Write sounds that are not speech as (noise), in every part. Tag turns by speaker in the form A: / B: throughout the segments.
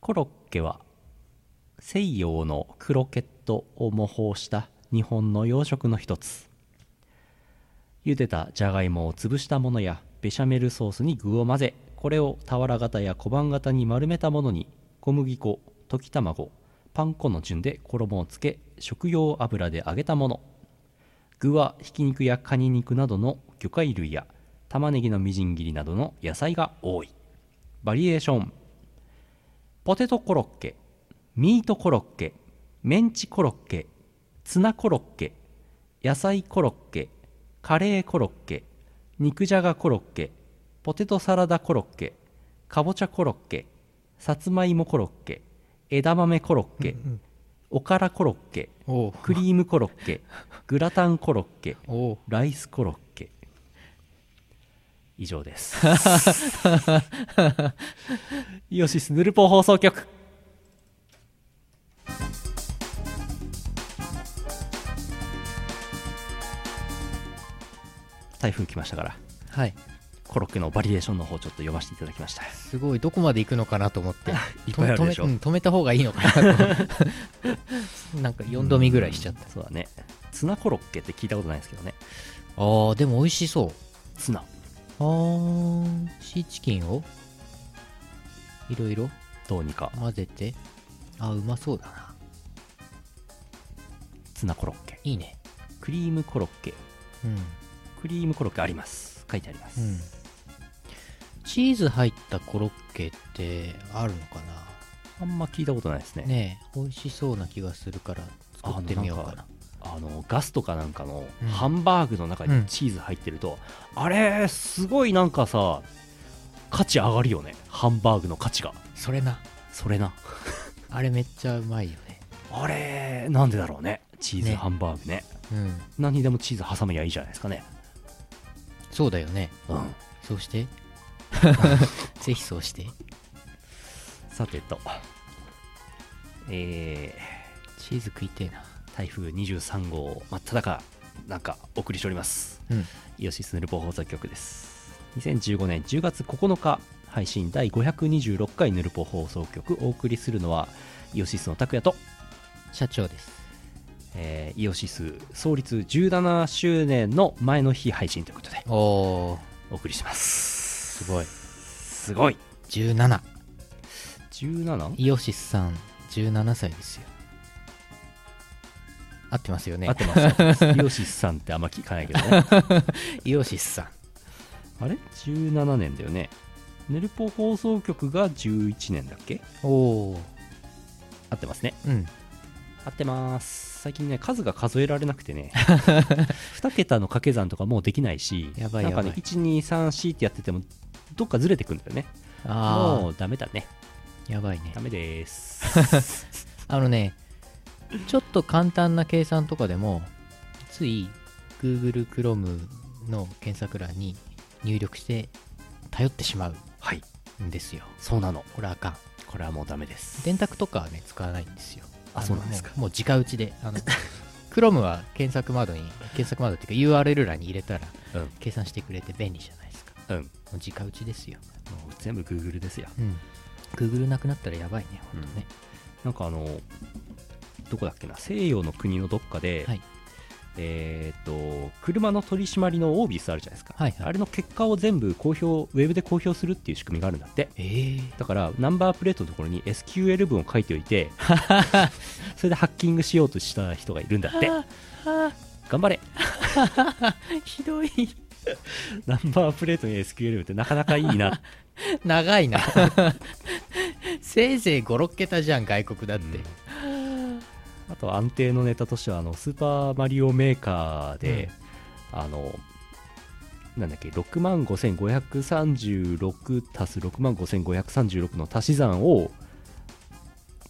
A: コロッケは西洋のクロケットを模倣した日本の洋食の一つ茹でたじゃがいもを潰したものやベシャメルソースに具を混ぜこれを俵型や小判型に丸めたものに小麦粉溶き卵パン粉の順で衣をつけ食用油で揚げたもの具はひき肉やカニ肉などの魚介類や玉ねぎのみじん切りなどの野菜が多いバリエーションポテトコロッケミートコロッケメンチコロッケツナコロッケ野菜コロッケカレーコロッケ肉じゃがコロッケポテトサラダコロッケかぼちゃコロッケさつまいもコロッケ枝豆コロッケおからコロッケ
B: おう
A: クリームコロッケグラタンコロッケ
B: おう
A: ライスコロッケ以上ですイオシスヌルポ放送局台風来ましたから
B: はい
A: コロッケのバリエーションの方ちょっと読ませていただきました
B: すごいどこまで行くのかなと思って (laughs)
A: いっぱいあるでしょ
B: 止めうん止めた方がいいのかなと思って (laughs) なんか4度見ぐらいしちゃった、
A: そうだねツナコロッケって聞いたことないですけどね
B: あーでも美味しそう
A: ツナ
B: あーシーチキンをいろいろ
A: どうにか
B: 混ぜてあうまそうだな
A: ツナコロッケ
B: いいね
A: クリームコロッケ
B: うん、
A: クリームコロッケあります書いてあります、
B: うん、チーズ入ったコロッケってあるのか
A: あんま聞いたことないですね
B: なねえ美味しそうな気がするから作ってみようかな
A: あのガスとかなんかの
B: うん
A: ハンバーグの中
B: う
A: に
B: ん
A: チーズ入ってると、あれすごいなんかさ価値上がるよねハンバーグの価値が
B: それな
A: それな
B: あれめっちゃうまいよね
A: あれなんでだろうねチーズ
B: ね
A: ハンバーグね
B: うん
A: 何にでもチーズ挟めりゃいいじゃないですかね
B: そうだよね
A: うん
B: そうして (laughs) ぜひそうして
A: さてとえ
B: チーズ食いてえな
A: ー、台風23号真っ只中なんかお送りしております
B: うん
A: イオシスヌルポ放送局です2015年10月9日配信第526回ヌルポ放送局お送りするのはイオシスの拓也と、
B: 社長です
A: えーイオシス創立17周年の前の日配信ということで
B: おー
A: お送りします
B: すごい
A: すごい
B: 17
A: 17?
B: イオシスさん17歳ですよ合ってますよね
A: 合ってます合ってます (laughs) イオシスさんってあんま聞かないけどね (laughs)
B: イオシスさん
A: あれ17年だよねヌルポ放送局が11年だっけ
B: おお
A: 合ってますね
B: うん
A: 合ってます最近ね数が数えられなくて
B: (laughs)
A: ね2桁の掛け算とかもうできないし
B: やばい
A: なんか
B: やば
A: ね
B: い
A: 1234ってやっててもどっかずれてくんだよね
B: あ
A: もうダメだね
B: あやばいね
A: ダメです
B: (laughs) あのねちょっと簡単な計算とかでもつい Google Chrome の検索欄に入力して頼ってしまう
A: はい
B: んですよ
A: そうなの
B: これあかん
A: これはもうダメです
B: 電卓とかはね使わないんですよ
A: あ
B: の
A: そうなんですか
B: もうもう直打ちであの (laughs) Chrome は検索窓に検索窓っていうか URL 欄に入れたら
A: うん
B: 計算してくれて便利じゃないですかも
A: うんもう
B: う直打ちですよ
A: 全部 Google ですよ
B: うん Google なくなったらやばいねほんとね、
A: なんかあのどこだっけな西洋の国のどっかで、
B: はい
A: えーっと車の取り締まりのオービスあるじゃないですか、
B: はいはい
A: あれの結果を全部公表ウェブで公表するっていう仕組みがあるんだって
B: ええ
A: だからナンバープレートのところに SQL 文を書いておいてそれでハッキングしようとした人がいるんだって頑張れ
B: (laughs) ひどい
A: ナンバープレートに SQL 文ってなかなかいいな
B: 長いな (laughs) せいぜい56桁じゃん外国だって、
A: あと安定のネタとしてはあのスーパーマリオメーカーで、あのなんだっけ6万5536足す6万5536の足し算を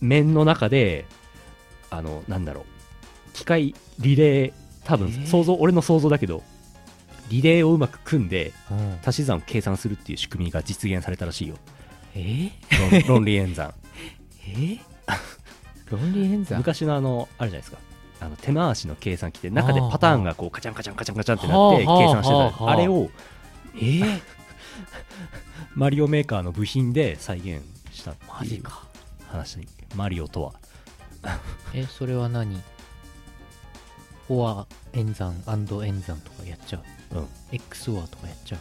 A: 面の中であのなんだろう機械リレー多分
B: えー
A: 想像、俺の想像だけどリレーをうまく組んで
B: うん
A: 足し算を計算するっていう仕組みが実現されたらしいよ
B: え
A: 論
B: (laughs)
A: 論理演算
B: え (laughs) 論理演算
A: 昔のあのあるじゃないですかあの手回しの計算機って中でパターンがこうカチャンカチャンカチャンカチャンってなって計
B: はあはあ
A: 算してた
B: はあは
A: よ
B: あ
A: あれ
B: (laughs)
A: を
B: えー
A: マリオメーカーの部品で再現したっていう
B: マジか
A: 話にマリオとは
B: えそれは何オア演算演算とかやっちゃう
A: うん
B: XOR とかやっちゃ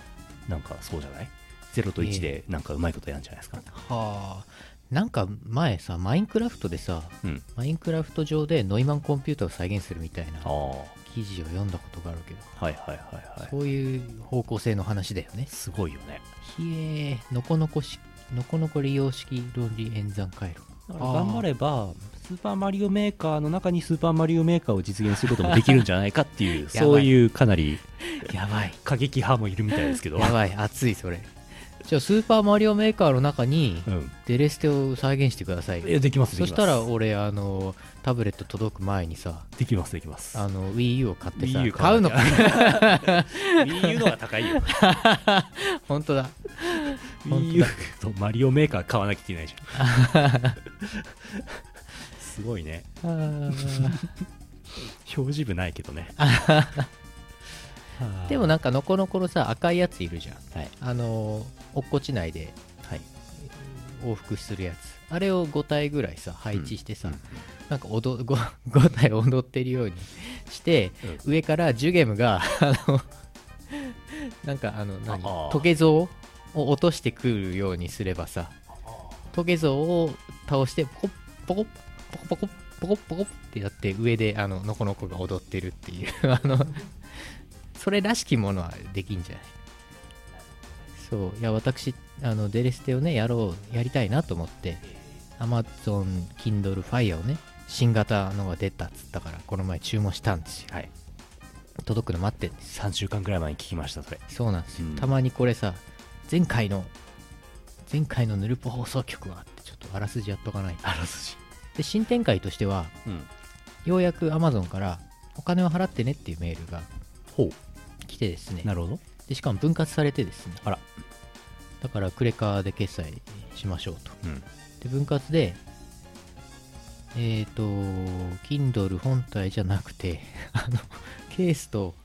B: う
A: なんかそうじゃない0と1でなんかうまいことやるんじゃないですか、
B: はあなんか前さマインクラフトでさ
A: うん
B: マインクラフト上でノイマンコンピューターを再現するみたいな
A: ああ
B: 記事を読んだことがあるけど、
A: はいはいはいはい
B: そういう方向性の話だよね
A: すごいよね
B: ひえのこのこしのこのこ利用式論理演算回路
A: だから頑張ればスーパーマリオメーカーの中にスーパーマリオメーカーを実現することもできるんじゃないかっていう
B: (laughs) やばい
A: そういうかなり
B: やばい
A: 過激派もいるみたいですけど
B: やばい熱いそれじゃあスーパーマリオメーカーの中に
A: うん
B: デレステを再現してください
A: えできますで
B: そ
A: きます
B: したら俺あのタブレット届く前にさ
A: できますできます
B: あの WiiU を買ってさ
A: WiiU
B: 買うのか (laughs)
A: WiiU のが高い (laughs) よ (laughs)
B: 本当だ
A: WiiU とマリオメーカー買わなきゃいけないじゃ
B: (laughs)
A: んすごいね
B: あー
A: 表示部ないけどね
B: (laughs) でもなんかのこのこのさ赤いやついるじゃん
A: はい
B: あの落っこちないで
A: はい
B: 往復するやつあれを5体ぐらいさ配置してさ、
A: うんうん
B: なんか踊 (laughs) 5, 5体踊ってるようにして、上からジュゲムがあのなんかあの何
A: ああ
B: トゲ像を落としてくるようにすればさトゲ像を倒してポコッポコッポコッポコッポコッポコッってやって上であののこのこが踊ってるっていう (laughs) あのそれらしきものはできんじゃないそういや私あのデレステをねやろうやりたいなと思って Amazon Kindle Fire をね新型のが出たっつったからこの前注文したんですよ
A: はい
B: 届くの待ってんです
A: 3週間ぐらい前に聞きましたそれ
B: そうなんですよ、
A: うん
B: たまにこれさ前回の前回のヌルポ放送局はってちょっとあらすじやっとかないと
A: あらすじ
B: で新展開としては
A: うん
B: ようやく Amazon からお金を払ってねっていうメールが
A: ほう
B: 来てですね
A: なるほど
B: でしかも分割されてですね
A: あら
B: だからクレカで決済しましょうと
A: うん
B: で分割でえっ、と Kindle 本体じゃなくて (laughs) あのケースと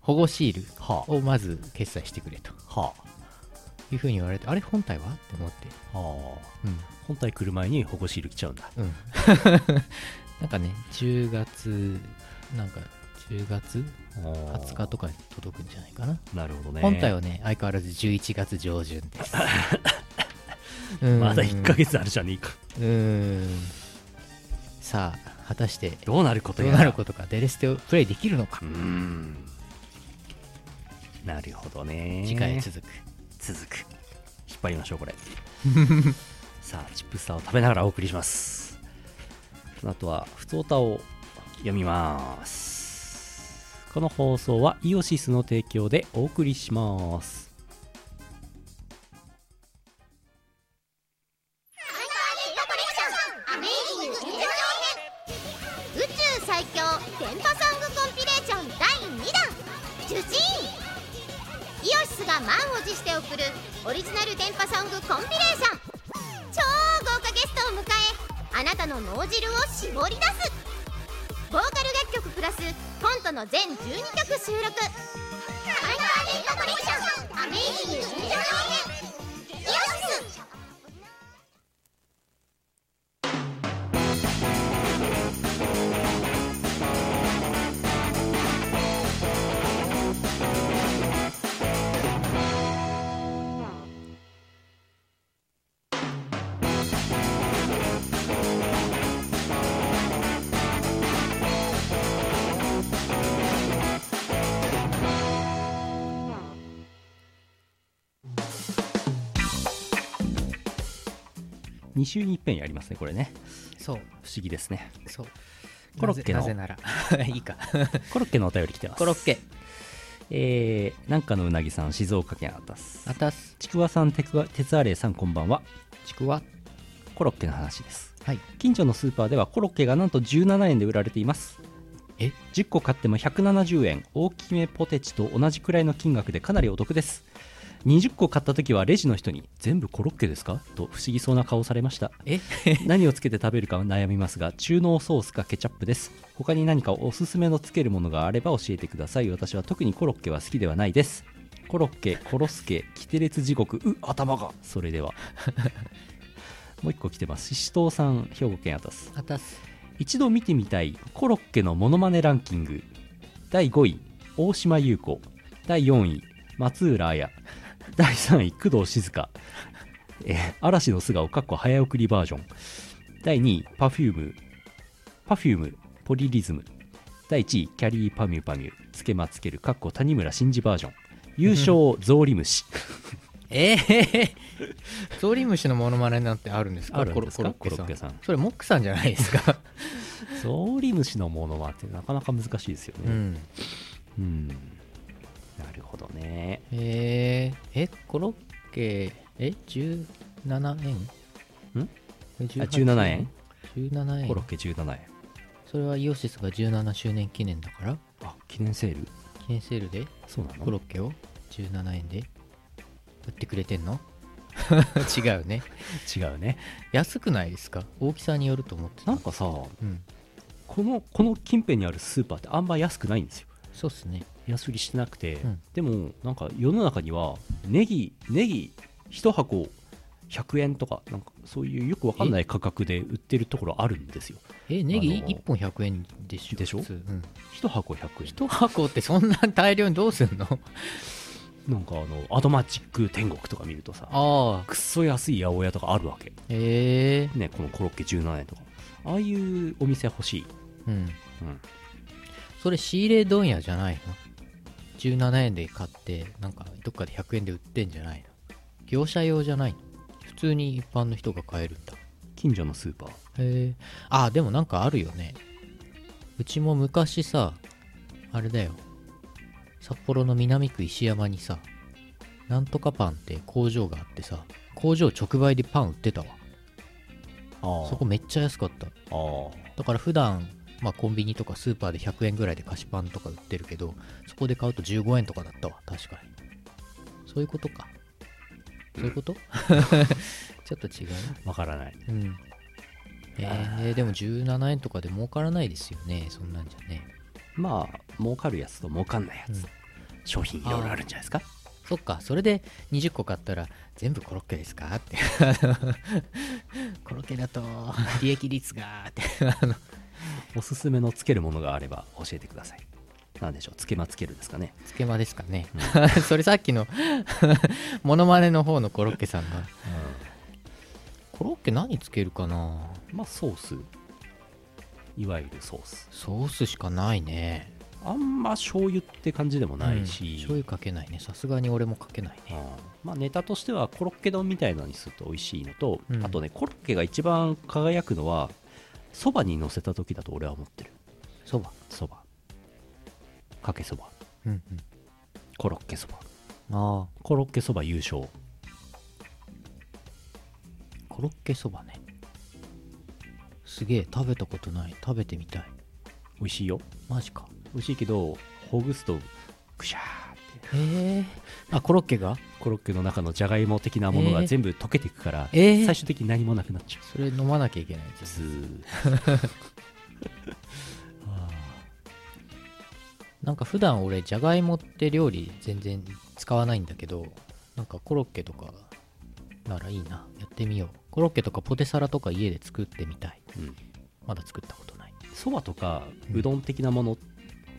B: 保護シール
A: は
B: をまず決済してくれと
A: あは
B: いうふうに言われてあれ本体はって思って
A: あはあ
B: うん
A: 本体来る前に保護シール来ちゃうんだ
B: うん (laughs) なんかね10月なんか10月20
A: 20
B: 日とかに届くんじゃないかな
A: なるほどね
B: 本体はね相変わらず11月上旬です
A: (laughs)
B: うん
A: まだ1ヶ月あるじゃねえか
B: うーんさあ果たしてど
A: どうなること
B: う
A: や
B: なることかデレステをプレイできるのか
A: うーんなるほどね
B: 次回へ続く
A: 続く引っ張りましょう (laughs) これさあチップスターを食べながらお送りしますあとは普通歌を読みますこの放送はイオシスの提供でお送りします
C: アメイジング現状編宇宙最強電波ソングコンピレーション第2弾受信イオシスが満を持して送るオリジナル電波ソングコンピレーション超豪華ゲストを迎えあなたの脳汁を絞り出すボーカル楽曲プラスコントの全12曲収録ハイパーデンパコレクションアメイジング現状編イオシス
A: 2週に一遍やりますねこれね
B: そう
A: 不思議ですね
B: そう
A: コロッケの
B: なぜなぜなら (laughs) いいか
A: コロッケのお便り来てます
B: コロ (laughs) ッケ
A: えー、なんかのうなぎさん静岡県あたす
B: あたす
A: ちくわさんてくわ鉄アレイさんこんばんは
B: ちくわ
A: コロッケの話です
B: はい
A: 近所のスーパーではコロッケがなんと17円で売られています
B: え
A: 10個買っても170円大きめポテチと同じくらいの金額でかなりお得です20個買った時はレジの人に全部コロッケですかと不思議そうな顔をされました
B: え (laughs)
A: 何をつけて食べるか悩みますが中濃ソースかケチャップです他に何かおすすめのつけるものがあれば教えてください私は特にコロッケは好きではないですコロッケコロスケキテレツ地獄う頭がそれでは (laughs) もう一個来てますししとうさん兵庫県あたす
B: あたす
A: 一度見てみたいコロッケのモノマネランキング第5位大島優子第4位松浦綾第3位工藤静香えー嵐の素顔かっこ早送りバージョン第2位 Perfume Perfume ポリリズム第1位キャリーパミュパミュつけまつけるかっこ谷村新司バージョン優勝ゾウリム (laughs) シ
B: ええゾウリムシのモノマネなんてあるんですか
A: あるんですか
B: コロッ
A: コロッ
B: ケ
A: ケ
B: さ
A: さ
B: ん
A: ん
B: それモックさんじゃないで
A: (laughs)
B: すか
A: ゾウリムシのモノマネってなかなか難しいですよ
B: う
A: ね
B: ん
A: うんなるほどね
B: えー、えコロッケえ17円
A: ん
B: え
A: あ17円
B: ?17 円
A: コロッケ17円
B: それはイオシスが17周年記念だから
A: あ記念セール
B: 記念セールで
A: そうなの
B: コロッケを17円で売ってくれてんの (laughs) 違うね
A: 違うね
B: 安くないですか大きさによると思ってた
A: なんかさこ
B: うん
A: のこの近辺にあるスーパーってあんま安くないんですよ
B: そうっすね
A: 安売りしてなくて、
B: うん
A: でもなんか世の中にはネギネギ1箱100円とかなんかそういうよくわかんない価格で売ってるところあるんですよ
B: えネギ
A: あの
B: 1本100円でしょ
A: でしょ
B: 普通うん、
A: 1箱100円
B: 1箱ってそんな大量にどうすんの
A: なんかあのアドマチック天国とか見るとさ
B: ああ
A: くっそ安い八百屋とかあるわけ
B: ええ
A: ねこのコロッケ17円とかああいうお店欲しい、
B: うん
A: うん、
B: それ仕入れ問屋じゃないの17円で買ってなんかどっかで100円で売ってんじゃないの業者用じゃないの普通に一般の人が買えるんだ
A: 近所のスーパー
B: へえあでもなんかあるよねうちも昔さあれだよ札幌の南区石山にさなんとかパンって工場があってさ工場直売でパン売ってたわ
A: あ
B: そこめっちゃ安かった
A: あー
B: だから普段まあコンビニとかスーパーで100円ぐらいで菓子パンとか売ってるけどそこで買うと15円とかだったわ確かにそういうことかそういうこと (laughs) ちょっと違う
A: わからない
B: うんえー、でも17円とかで儲からないですよねそんなんじゃね
A: まあ儲かるやつと儲かんないやつ、
B: うん
A: 商品いろいろあるんじゃないですか
B: そっかそれで20個買ったら全部コロッケですかって (laughs) コロッケだと利益率がって
A: おすすめのつけるものがあれば教えてくださいなんでしょうつけまつけるですかね
B: (laughs) つけまですかね、 (laughs) それさっきのモノマネの方のコロッケさんがコロッケ何つけるかな
A: まあソースいわゆるソース
B: ソースしかないね
A: あんま醤油って感じでもないし、
B: 醤油かけないねさすがに俺もかけないね
A: うんまあネタとしてはコロッケ丼みたいなのにすると美味しいのと、
B: うん
A: あとねコロッケが一番輝くのはそばに乗せた時だと俺は思ってる
B: そば
A: そばかけそば
B: うん
A: コロッケそば
B: うんああ
A: コロッケそば優勝
B: コロッケそばねすげえ食べたことない食べてみたい
A: 美味しいよ
B: マジか
A: 美味しいけどほぐすとくしゃーって
B: へえあコロッケが
A: コロッケの中のじゃがいも的なもの
B: え
A: が
B: ー
A: 全部溶けていくから、
B: えー
A: 最終的に何もなくなっちゃう
B: それ飲まなきゃいけないやつ
A: ずーあ
B: なんか普段俺じゃがいもって料理全然使わないんだけどなんかコロッケとかならいいなやってみようコロッケとかポテサラとか家で作ってみたい
A: ーうん
B: まだ作ったことない
A: そば、とか
B: うん
A: うどん的なもの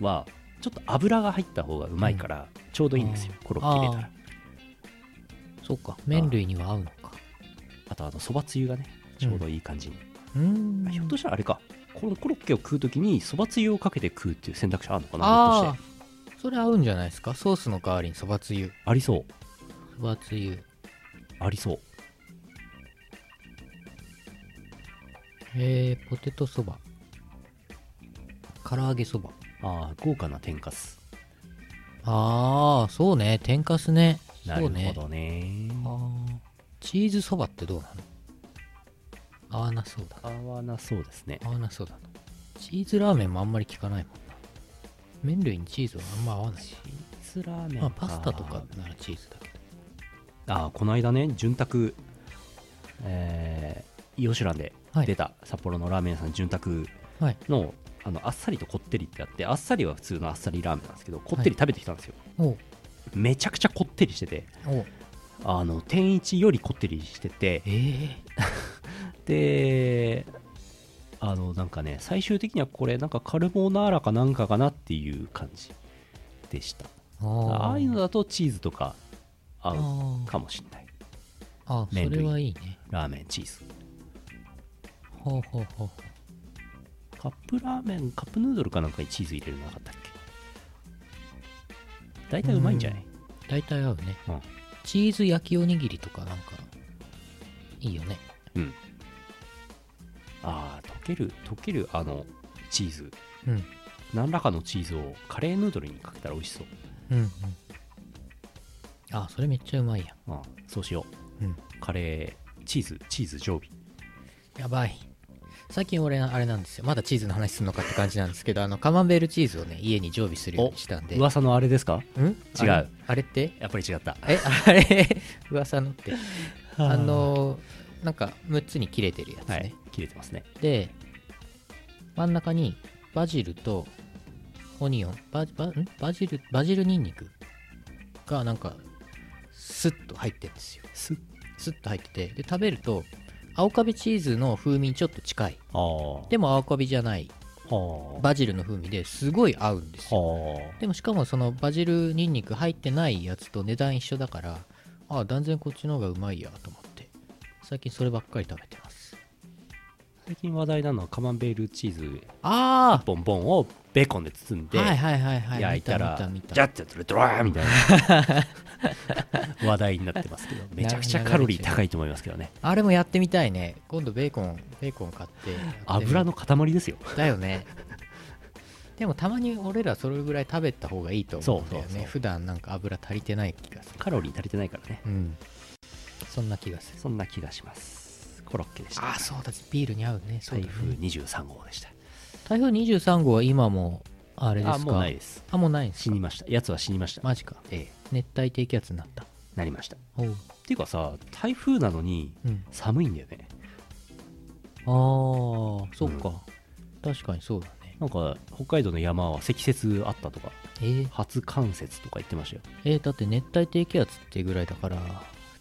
A: はちょっと油が入った方がうまいからちょうどいいんですよ、コロッケ入れたら
B: あそうか麺類には合うのか
A: あとあのそばつゆがねちょうどいい感じに、
B: うーん
A: あひょっとしたらあれかこのコロッケを食うときにそばつゆをかけて食うっていう選択肢あるのかなひょっと
B: あ
A: して
B: あそれ合うんじゃないですかソースの代わりにそばつゆ
A: ありそう
B: そばつゆ
A: ありそう
B: えー、ポテトそば唐揚げそば
A: ああ豪華な天かす
B: ああそうね天かすね
A: なる
B: そうね
A: ほどね
B: チーズそばってどうなの合わなそうだな
A: 合わなそうですね
B: 合わなそうだなチーズラーメンもあんまり聞かないもんな麺類にチーズはあんま合わない
A: チーズラーメン
B: まあパスタとかならチーズだけど
A: ああこの間ね潤沢えー、イオシュランで
B: はい
A: 出た札幌のラーメン屋さん潤沢
B: はい
A: の,、あのあっさりとこってりってあってあっさりは普通のあっさりラーメンなんですけどこってり食べてきたんですよ、
B: おう
A: めちゃくちゃこってりしてて
B: おう
A: あの天一よりこってりしてて
B: ええ
A: であのなんかね最終的にはこれなんかカルボナーラかなんかかなっていう感じでしたああいうのだとチーズとか合うかもしんない
B: あーあ
A: 麺
B: そ
A: 類
B: れはいいね
A: ラーメンチーズ
B: ほうほうほう
A: カップラーメンカップヌードルかなんかにチーズ入れるのなかったっけ大体うまいんじゃない、
B: 大体合うね、
A: うん
B: チーズ焼きおにぎりとかなんかいいよね
A: うん。ああ、溶ける、溶けるあのチーズ。
B: うん
A: 何らかのチーズをカレーヌードルにかけたら美味しそう。
B: うんうんあそれめっちゃうまいや
A: ああそうしよう。
B: うん
A: カレー、チーズ、チーズ常備。
B: んやばい最近俺あれなんですよまだチーズの話するのかって感じなんですけどあのカマンベールチーズをね家に常備するようにしたんで
A: 噂のあれですか
B: ん違
A: 違う
B: あれあれ (laughs) って
A: やっぱり違った。
B: えあれ (laughs) 噂のってあ、のなんか6つに切れてるやつね、
A: はい、切れてますね。
B: で真ん中にバジルとオニオンババんバジルバジルニンニクがなんかスッと入ってるんですよ
A: す
B: スッと入っててで食べると青カビチーズの風味にちょっと近い
A: あー
B: でも青カビじゃない
A: はあ。
B: バジルの風味ですごい合うんですよ
A: は
B: でもしかもそのバジルニンニク入ってないやつと値段一緒だからああ断然こっちの方がうまいやと思って最近そればっかり食べてます
A: あ。最近話題なのはカマンベールチーズ、
B: あ
A: ボンボンをベーコンで包んで、
B: はいはいはいはい
A: 焼いたら
B: 見た見た見
A: ジャッジ
B: た
A: ャッドレドラーみたい
B: (laughs)
A: な話題になってますけどめちゃくちゃカロリー高いと思いますけどね
B: あれもやってみたいね今度ベーコンベーコン買ってやってみ
A: 油の塊ですよ
B: だよねでもたまに俺らそれぐらい食べた方がいいと思うんだよね
A: そうそうそう
B: 普段なんか油足りてない気がする
A: カロリー足りてないからね
B: うんそんな気がする
A: そんな気がしますコロッケでした
B: ああそうだビールに合うねそう
A: 台
B: だね
A: 風23号でした
B: 台風23号は今もあれですか
A: あもうないです
B: あもうないんです
A: 死
B: か
A: にましたやつは死にました、
B: マジか
A: ええ
B: 熱帯低気圧になった
A: なりましたっ
B: おう
A: ていうかさ台風なのに
B: うん
A: 寒いんだよね
B: ああそっか、確かにそうだね
A: なんか北海道の山は積雪あったとか
B: えー、
A: 初冠雪とか言ってましたよ
B: えーだって熱帯低気圧ってぐらいだから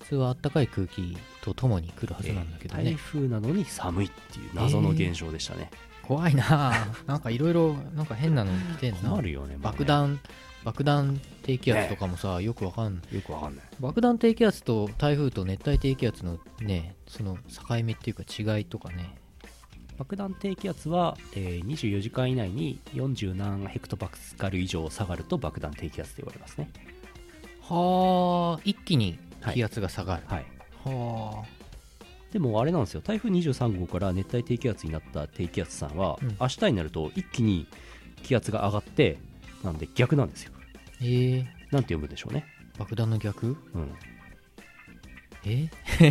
B: 普通はあったかい空気とともに来るはずなんだけど
A: ええ台
B: ね、
A: 風なのに寒いっていう謎の現象でしたね、
B: 怖いな (laughs) あなんかいろいろなんか変なの来てんな
A: 困るよねもうね
B: 爆弾爆弾低気圧とかもさ、よくわかんない
A: よくわかんない
B: 爆弾低気圧と台風と熱帯低気圧のねその境目っていうか違いとかね
A: 爆弾低気圧は、えー24時間以内に40何ヘクトパスカル以上下がると爆弾低気圧と言われますね
B: はあ一気に気圧が下がる
A: はい
B: は
A: でもあれなんですよ台風23号から熱帯低気圧になった低気圧さんは、
B: うん
A: 明日になると一気に気圧が上がってなんで逆なんですよ
B: あえー、
A: なんて読むんでしょうね
B: 爆弾の逆
A: うん
B: え (laughs)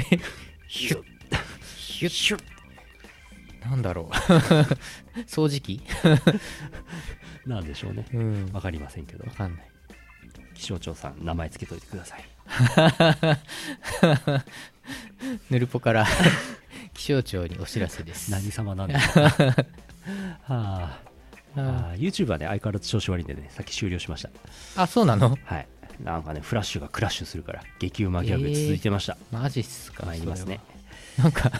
A: ヒュッ
B: ヒュッシュなんだろう (laughs) 掃除機
A: なんでしょうね
B: うん
A: わかりませんけど
B: わかんない
A: 気象庁さん名前つけといてください
B: ぬるぽから (laughs) 気象庁にお知らせです
A: 何様 (laughs) なんでしょうかはあ
B: あ
A: あー YouTube はね相変わらず調子悪いんでねさっき終了しました
B: あそうなの
A: はい。なんかね、フラッシュがクラッシュするから、激うまギャグ続いてました。
B: マジっすか
A: 参りますね。
B: それはなんか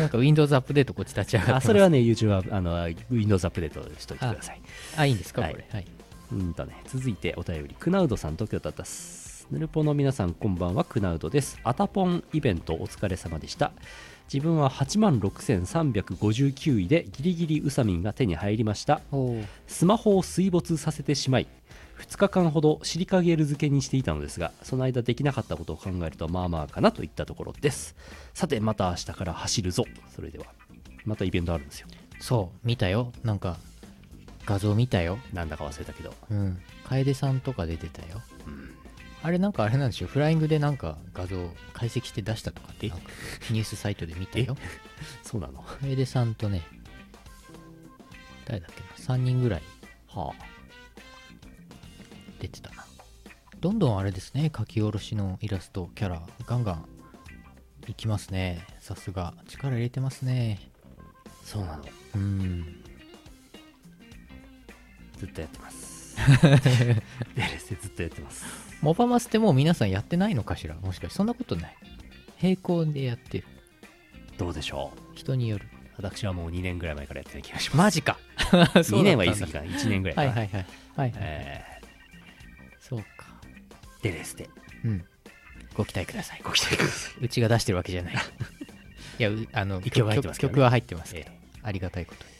B: なんか Windows アップデートこっち立ち上がってま
A: あ
B: す
A: それはね、YouTube はあの Windows アップデートしといてください。
B: あいいんですかこれ
A: は
B: はいい、
A: うんとね、続いてお便り、クナウドさんと京都タス。ヌルポの皆さん、こんばんは、クナウドです。アタポンイベントお疲れ様でした。自分は8万6359位でギリギリウサミンが手に入りました。
B: おう
A: スマホを水没させてしまい2日間ほどシリカゲル漬けにしていたのですがその間できなかったことを考えるとまあまあかなといったところですさてまた明日から走るぞそれではまたイベントあるんですよ
B: そう見たよなんか画像見たよ
A: なんだか忘れたけど
B: うん楓さんとか出てたよ、あれなんかあれなんでしょフライングでなんか画像解析して出したとかってなんかニュースサイトで見たよ
A: そうなのは
B: 楓さんとね誰だっけな3人ぐらい
A: あ
B: 出てたなどんどんあれですね書き下ろしのイラストキャラガンガンいきますねさすが力入れてますね
A: そうなの
B: うん
A: ずっとやってます
B: (laughs)
A: ベレスでずっとやってます
B: モバマスってもう皆さんやってないのかしらもしかしてそんなことない並行でやってる
A: どうでしょう
B: 人による
A: 私はもう2年ぐらい前からやってる気がします
B: マジ (laughs) か
A: 2年は言い過ぎ
B: か
A: かな1年ぐらいか
B: は
A: な、
B: いはいはいはい、はい
A: え
B: そうか
A: ーでですね
B: うんご期待ください
A: ご期待ください、
B: うちが出してるわけじゃないいやうあの
A: 一曲入ってますけどね
B: 曲は入ってますけど、
A: え
B: ありがたいことで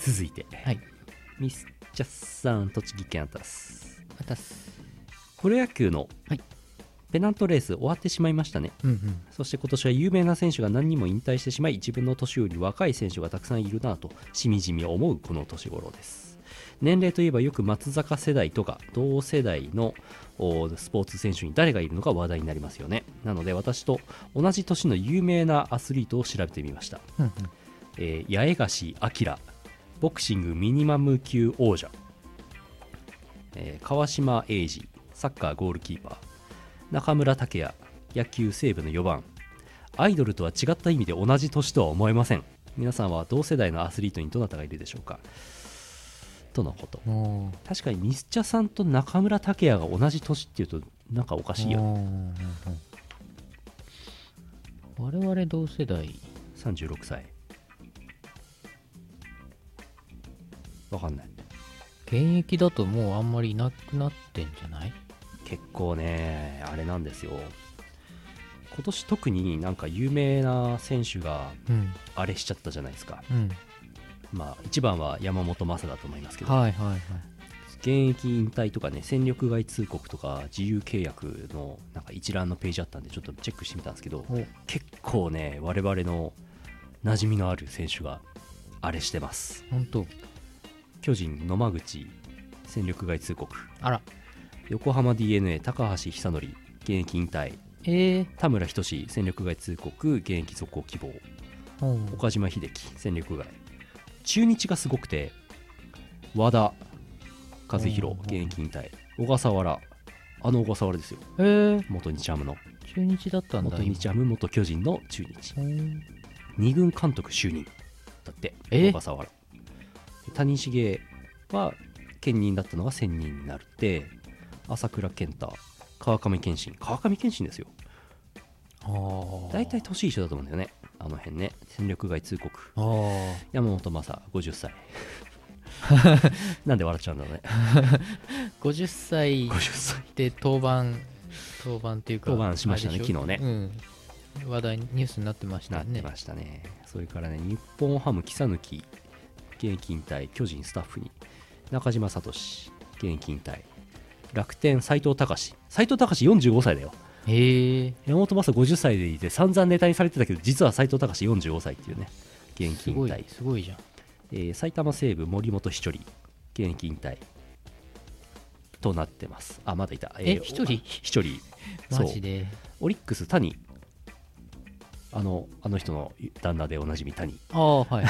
B: す
A: ー続いて、
B: はい
A: ミスチャスさん栃木県あたす
B: またす
A: プロ野球の
B: はい
A: ペナントレース終わってしまいましたね
B: うんうん
A: そして今年は有名な選手が何人も引退してしまい自分の年より若い選手がたくさんいるなぁとしみじみ思うこの年頃です年齢といえばよく松坂世代とか同世代のおスポーツ選手に誰がいるのか話題になりますよねなので私と同じ年の有名なアスリートを調べてみました、
B: うんうん
A: えー八重樫明ボクシングミニマム級王者、えー川島英二サッカーゴールキーパー中村拓也野球西部の4番アイドルとは違った意味で同じ年とは思えません皆さんは同世代のアスリートにどなたがいるでしょうかとのこと
B: もう
A: 確かにミスチャさんと中村拓也が同じ年っていうとなんかおかしいよね
B: うん我々同世代
A: 36歳わかんない
B: 現役だともうあんまりいなくなってんじゃない
A: 結構ねあれなんですよ今年特になんか有名な選手が
B: うん
A: あれしちゃったじゃないですか
B: うん
A: まあ一番は山本昌だと思いますけど
B: はいはいはい
A: 現役引退とかね戦力外通告とか自由契約のなんか一覧のページあったんでちょっとチェックしてみたんですけど
B: お
A: 結構ね我々の馴染みのある選手があれしてます
B: 本当
A: 巨人野間口戦力外通告
B: あら
A: 横浜 d n a 高橋久典現役引退
B: ええ
A: 田村仁戦力外通告現役続行希望
B: ー、
A: 岡島秀樹戦力外中日がすごくて和田和弘
B: うん
A: 現役引退小笠原あの小笠原ですよ
B: えー、
A: 元日ハムの
B: 中日だったんだ
A: 元日ハム元巨人の中日
B: 今うん
A: 二軍監督就任だって
B: え
A: 小笠原谷繁は兼任だったのが専任になるって朝倉健太川上謙信川上謙信ですよ
B: あー
A: 大体年一緒だと思うんだよねあの辺ね戦力外通告
B: あー
A: 山本昌50歳なんで笑っちゃうんだろうね
B: 50歳
A: 50歳
B: で登板登板っていうか
A: 登板しましたね
B: あれで
A: 昨
B: ょ
A: 日ね
B: うん、話題ニュースになってまし
A: な
B: た
A: っ
B: よね
A: てましたねそれからね日本ハム木更木現役引退巨人スタッフに中島聡現役引退楽天斎藤隆斎藤隆45歳だよ
B: へえ
A: 山本昌50歳でいて散々ネタにされてたけど実は斎藤隆45歳っていうね現
B: す
A: 役引
B: ご
A: 退
B: いすごいじゃん
A: えー埼玉西部森本稀哲現役引退となってますあまだいた
B: え稀哲
A: お稀哲
B: マ
A: そ
B: ジ
A: う
B: で
A: オリックス谷あのあの人の旦那でおなじみ谷、
B: あ (laughs) あはい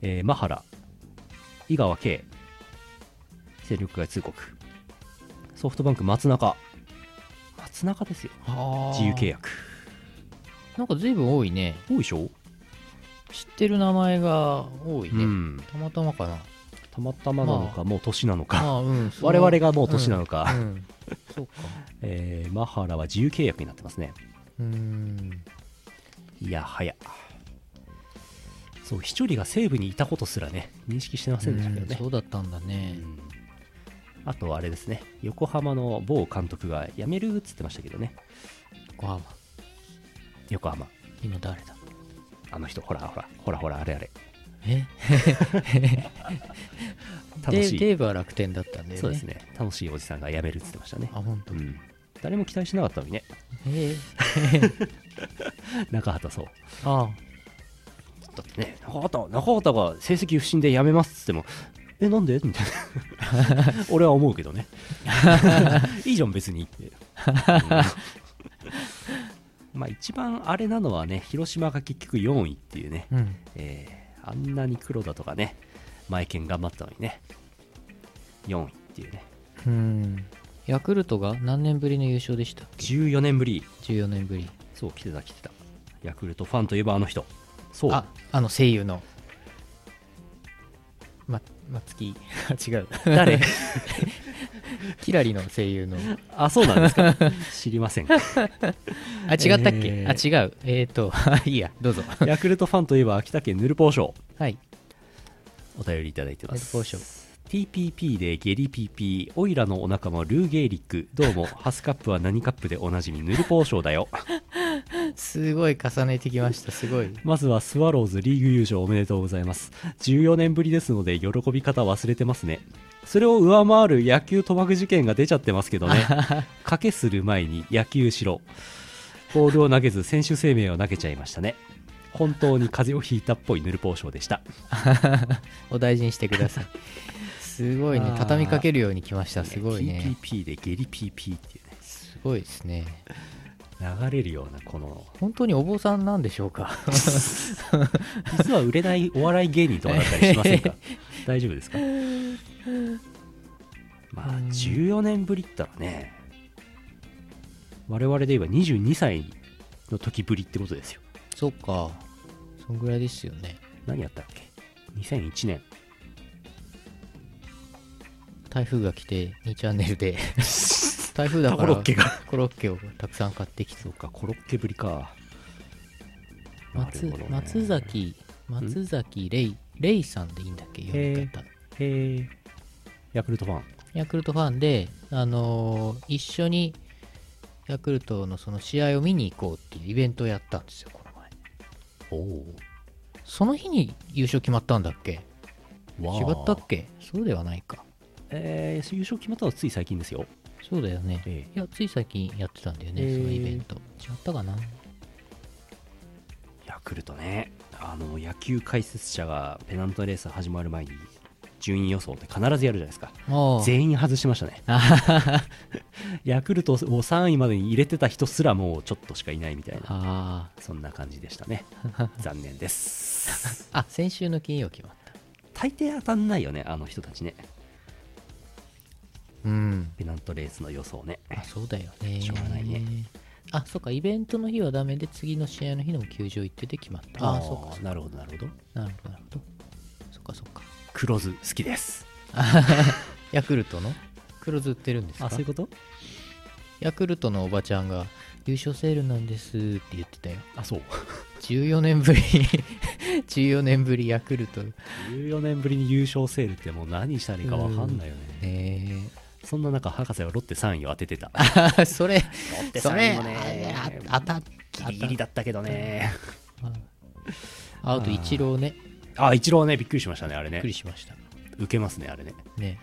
A: えー、マハラ井川圭勢力外通告ソフトバンク松中松中ですよ自由契
B: 約
A: 約
B: なんか随分多いね
A: 多いでしょ、
B: 知ってる名前が多いね、
A: うん
B: たまたまかな
A: たまたまなのか、
B: ま
A: もう年なのか、
B: あ
A: (laughs)
B: あうん
A: 我々がもう年なのか、
B: がうん、そう
A: (laughs)
B: か
A: えーマハラは自由契約になってますね
B: うーん
A: いやはやそう飛距離が西部にいたことすらね認識してませんでしたけど
B: うん
A: ね、
B: そうだったんだ
A: う
B: ね、
A: んあとあれですね横浜の某監督が辞めるっつってましたけどね
B: わあわあ
A: 横浜
B: 今誰だ
A: あの人ほらほらほらほらあれあれ
B: え
A: 楽
B: デ
A: し
B: イデ
A: い
B: イブは楽天だったんだよね
A: そうですね楽しいおじさんが辞めるっつってましたね
B: あ本
A: う
B: 当。
A: ん誰も期待しなかったのにね
B: えー、
A: 中畑そう
B: あ
A: だってね中畑中畑が成績不振で辞めますっつってもえなんでみたい (laughs) な俺は思うけどねいいじゃん別にって、うんまあ一番あれなのはね広島が結局4位っていうね、
B: あうん
A: えーあんなに黒田とかねマイケン頑張ったのにね4位っていうね
B: うんヤクルトが何年ぶりの優勝でしたっけ
A: 14年ぶり
B: 14年ぶり
A: そう来てた来てたヤクルトファンといえばあの人そう
B: ああの声優の (laughs) ま松木あ違う
A: 誰
B: キラリの声優の
A: あそうなんです (laughs) か知りません
B: あ違ったっけ、
A: え
B: あ違うえっ、ー、と (laughs) いいやどうぞ (laughs)
A: ヤクルトファンといえば秋田県ヌルポーショー
B: はい
A: お便りいただいてます
B: ヌルポーシ
A: TPP でゲリ PP オイラのお仲間ルーゲーリックどう
B: (laughs)
A: もハスカップは何カップでおなじみヌルポーショーだよ
B: すごい重ねてきましたすごい
A: まずはスワローズリーグ優勝おめでとうございます14年ぶりですので喜び方忘れてますねそれを上回る野球賭博事件が出ちゃってますけどね
B: (laughs)
A: 賭けする前に野球しろボールを投げず選手生命を投げちゃいましたね本当に風邪をひいたっぽいヌルポーショーでした
B: お大事にしてくださいすごいね
A: あー
B: 畳みかけるように来ましたすごいね
A: PPP でゲリ PP っていうね
B: すごいですね
A: 流れるようなこ
B: (laughs)
A: の
B: 本当にお坊さんなんでしょうか
A: 実は売れないお笑い芸人とかだったりしませんか大丈夫
B: (laughs)
A: ですかまあ
B: うん
A: 14年ぶりったらね我々で言えば22歳の時ぶりってことですよ
B: (laughs) そうかそんぐらいですよね
A: 何やったっけ2001年
B: 台風が来て2チャンネルで (laughs) 台風だから
A: コロッケが
B: コロッケをたくさん買ってきて
A: そうかコロッケぶりかな
B: 松
A: るほどね
B: 松崎松崎レイレイさんでいいんだっけ読み方
A: へえヤクルトファン
B: ヤクルトファンで、あのー一緒にヤクルトのその試合を見に行こうっていうイベントをやったんですよこの前
A: おお
B: その日に優勝決まったんだっけ違ったっけそうではないか
A: えー優勝決まったのはつい最近ですよ
B: そうだよね、
A: え
B: いやつい最近やってたんだよね、
A: ええ
B: そのイベント違ったかな
A: ヤクルトねあの野球解説者がペナントレース始まる前に順位予想って必ずやるじゃないですか
B: もう
A: 全員外してましたね
B: あははは
A: ヤクルトを3位までに入れてた人すらもうちょっとしかいないみたいな
B: (laughs) あ
A: そんな感じでしたね残念です
B: ーあ先週の金曜決まった
A: 大抵当たんないよねあの人たちね
B: うん
A: ペナントレースの予想ね
B: あそうだよね
A: しょうがないね
B: あそうかイベントの日はダメで次の試合の日の球場行ってて決まったあ
A: ー
B: あそうかそうか
A: なるほどなるほど
B: なるほどなるほどそっかそっか
A: 黒酢好きです
B: ヤクルトの黒酢売ってるんですか
A: あそういうこと
B: ヤクルトのおばちゃんが優勝セールなんですって言ってたよ
A: あそう
B: 14年 (laughs) ぶり14年ぶりヤクルトね
A: 14年ぶりに優勝セールってもう何したらいいか分かんないよね
B: え
A: そんな中博士はロッテ3位を当ててた
B: あーそれ
A: って
B: それ
A: 最後ね
B: ああ当たっ
A: ギリギリだったけどね
B: ああと一郎ねび
A: あ一郎ねびっくりしましたねあれ
B: っ
A: ね
B: くりしました
A: 受けますねあれね
B: ね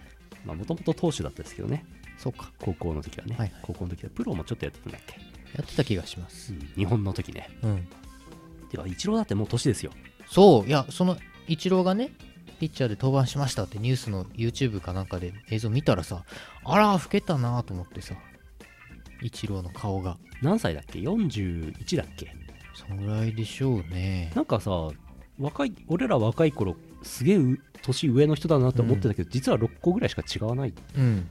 A: まあもともと投手だったんですけどね
B: そうか
A: 高校の時はね、
B: はいはい
A: 高校の時はプロもちょっとやってたんだっけ、
B: やってた気がします
A: 日本の時ね
B: うん
A: てか一郎だってもう年ですよ
B: そういやそのイチローがねピッチャーで登板しましたってニュースの YouTube かなんかで映像見たらさあら老けたなと思ってさイチローの顔が
A: 何歳だっけ41だっけ
B: そんぐらいでしょうね
A: なんかさ若い俺ら若い頃すげえう年上の人だなって思ってたけど、実は6個ぐらいしか違わない
B: うん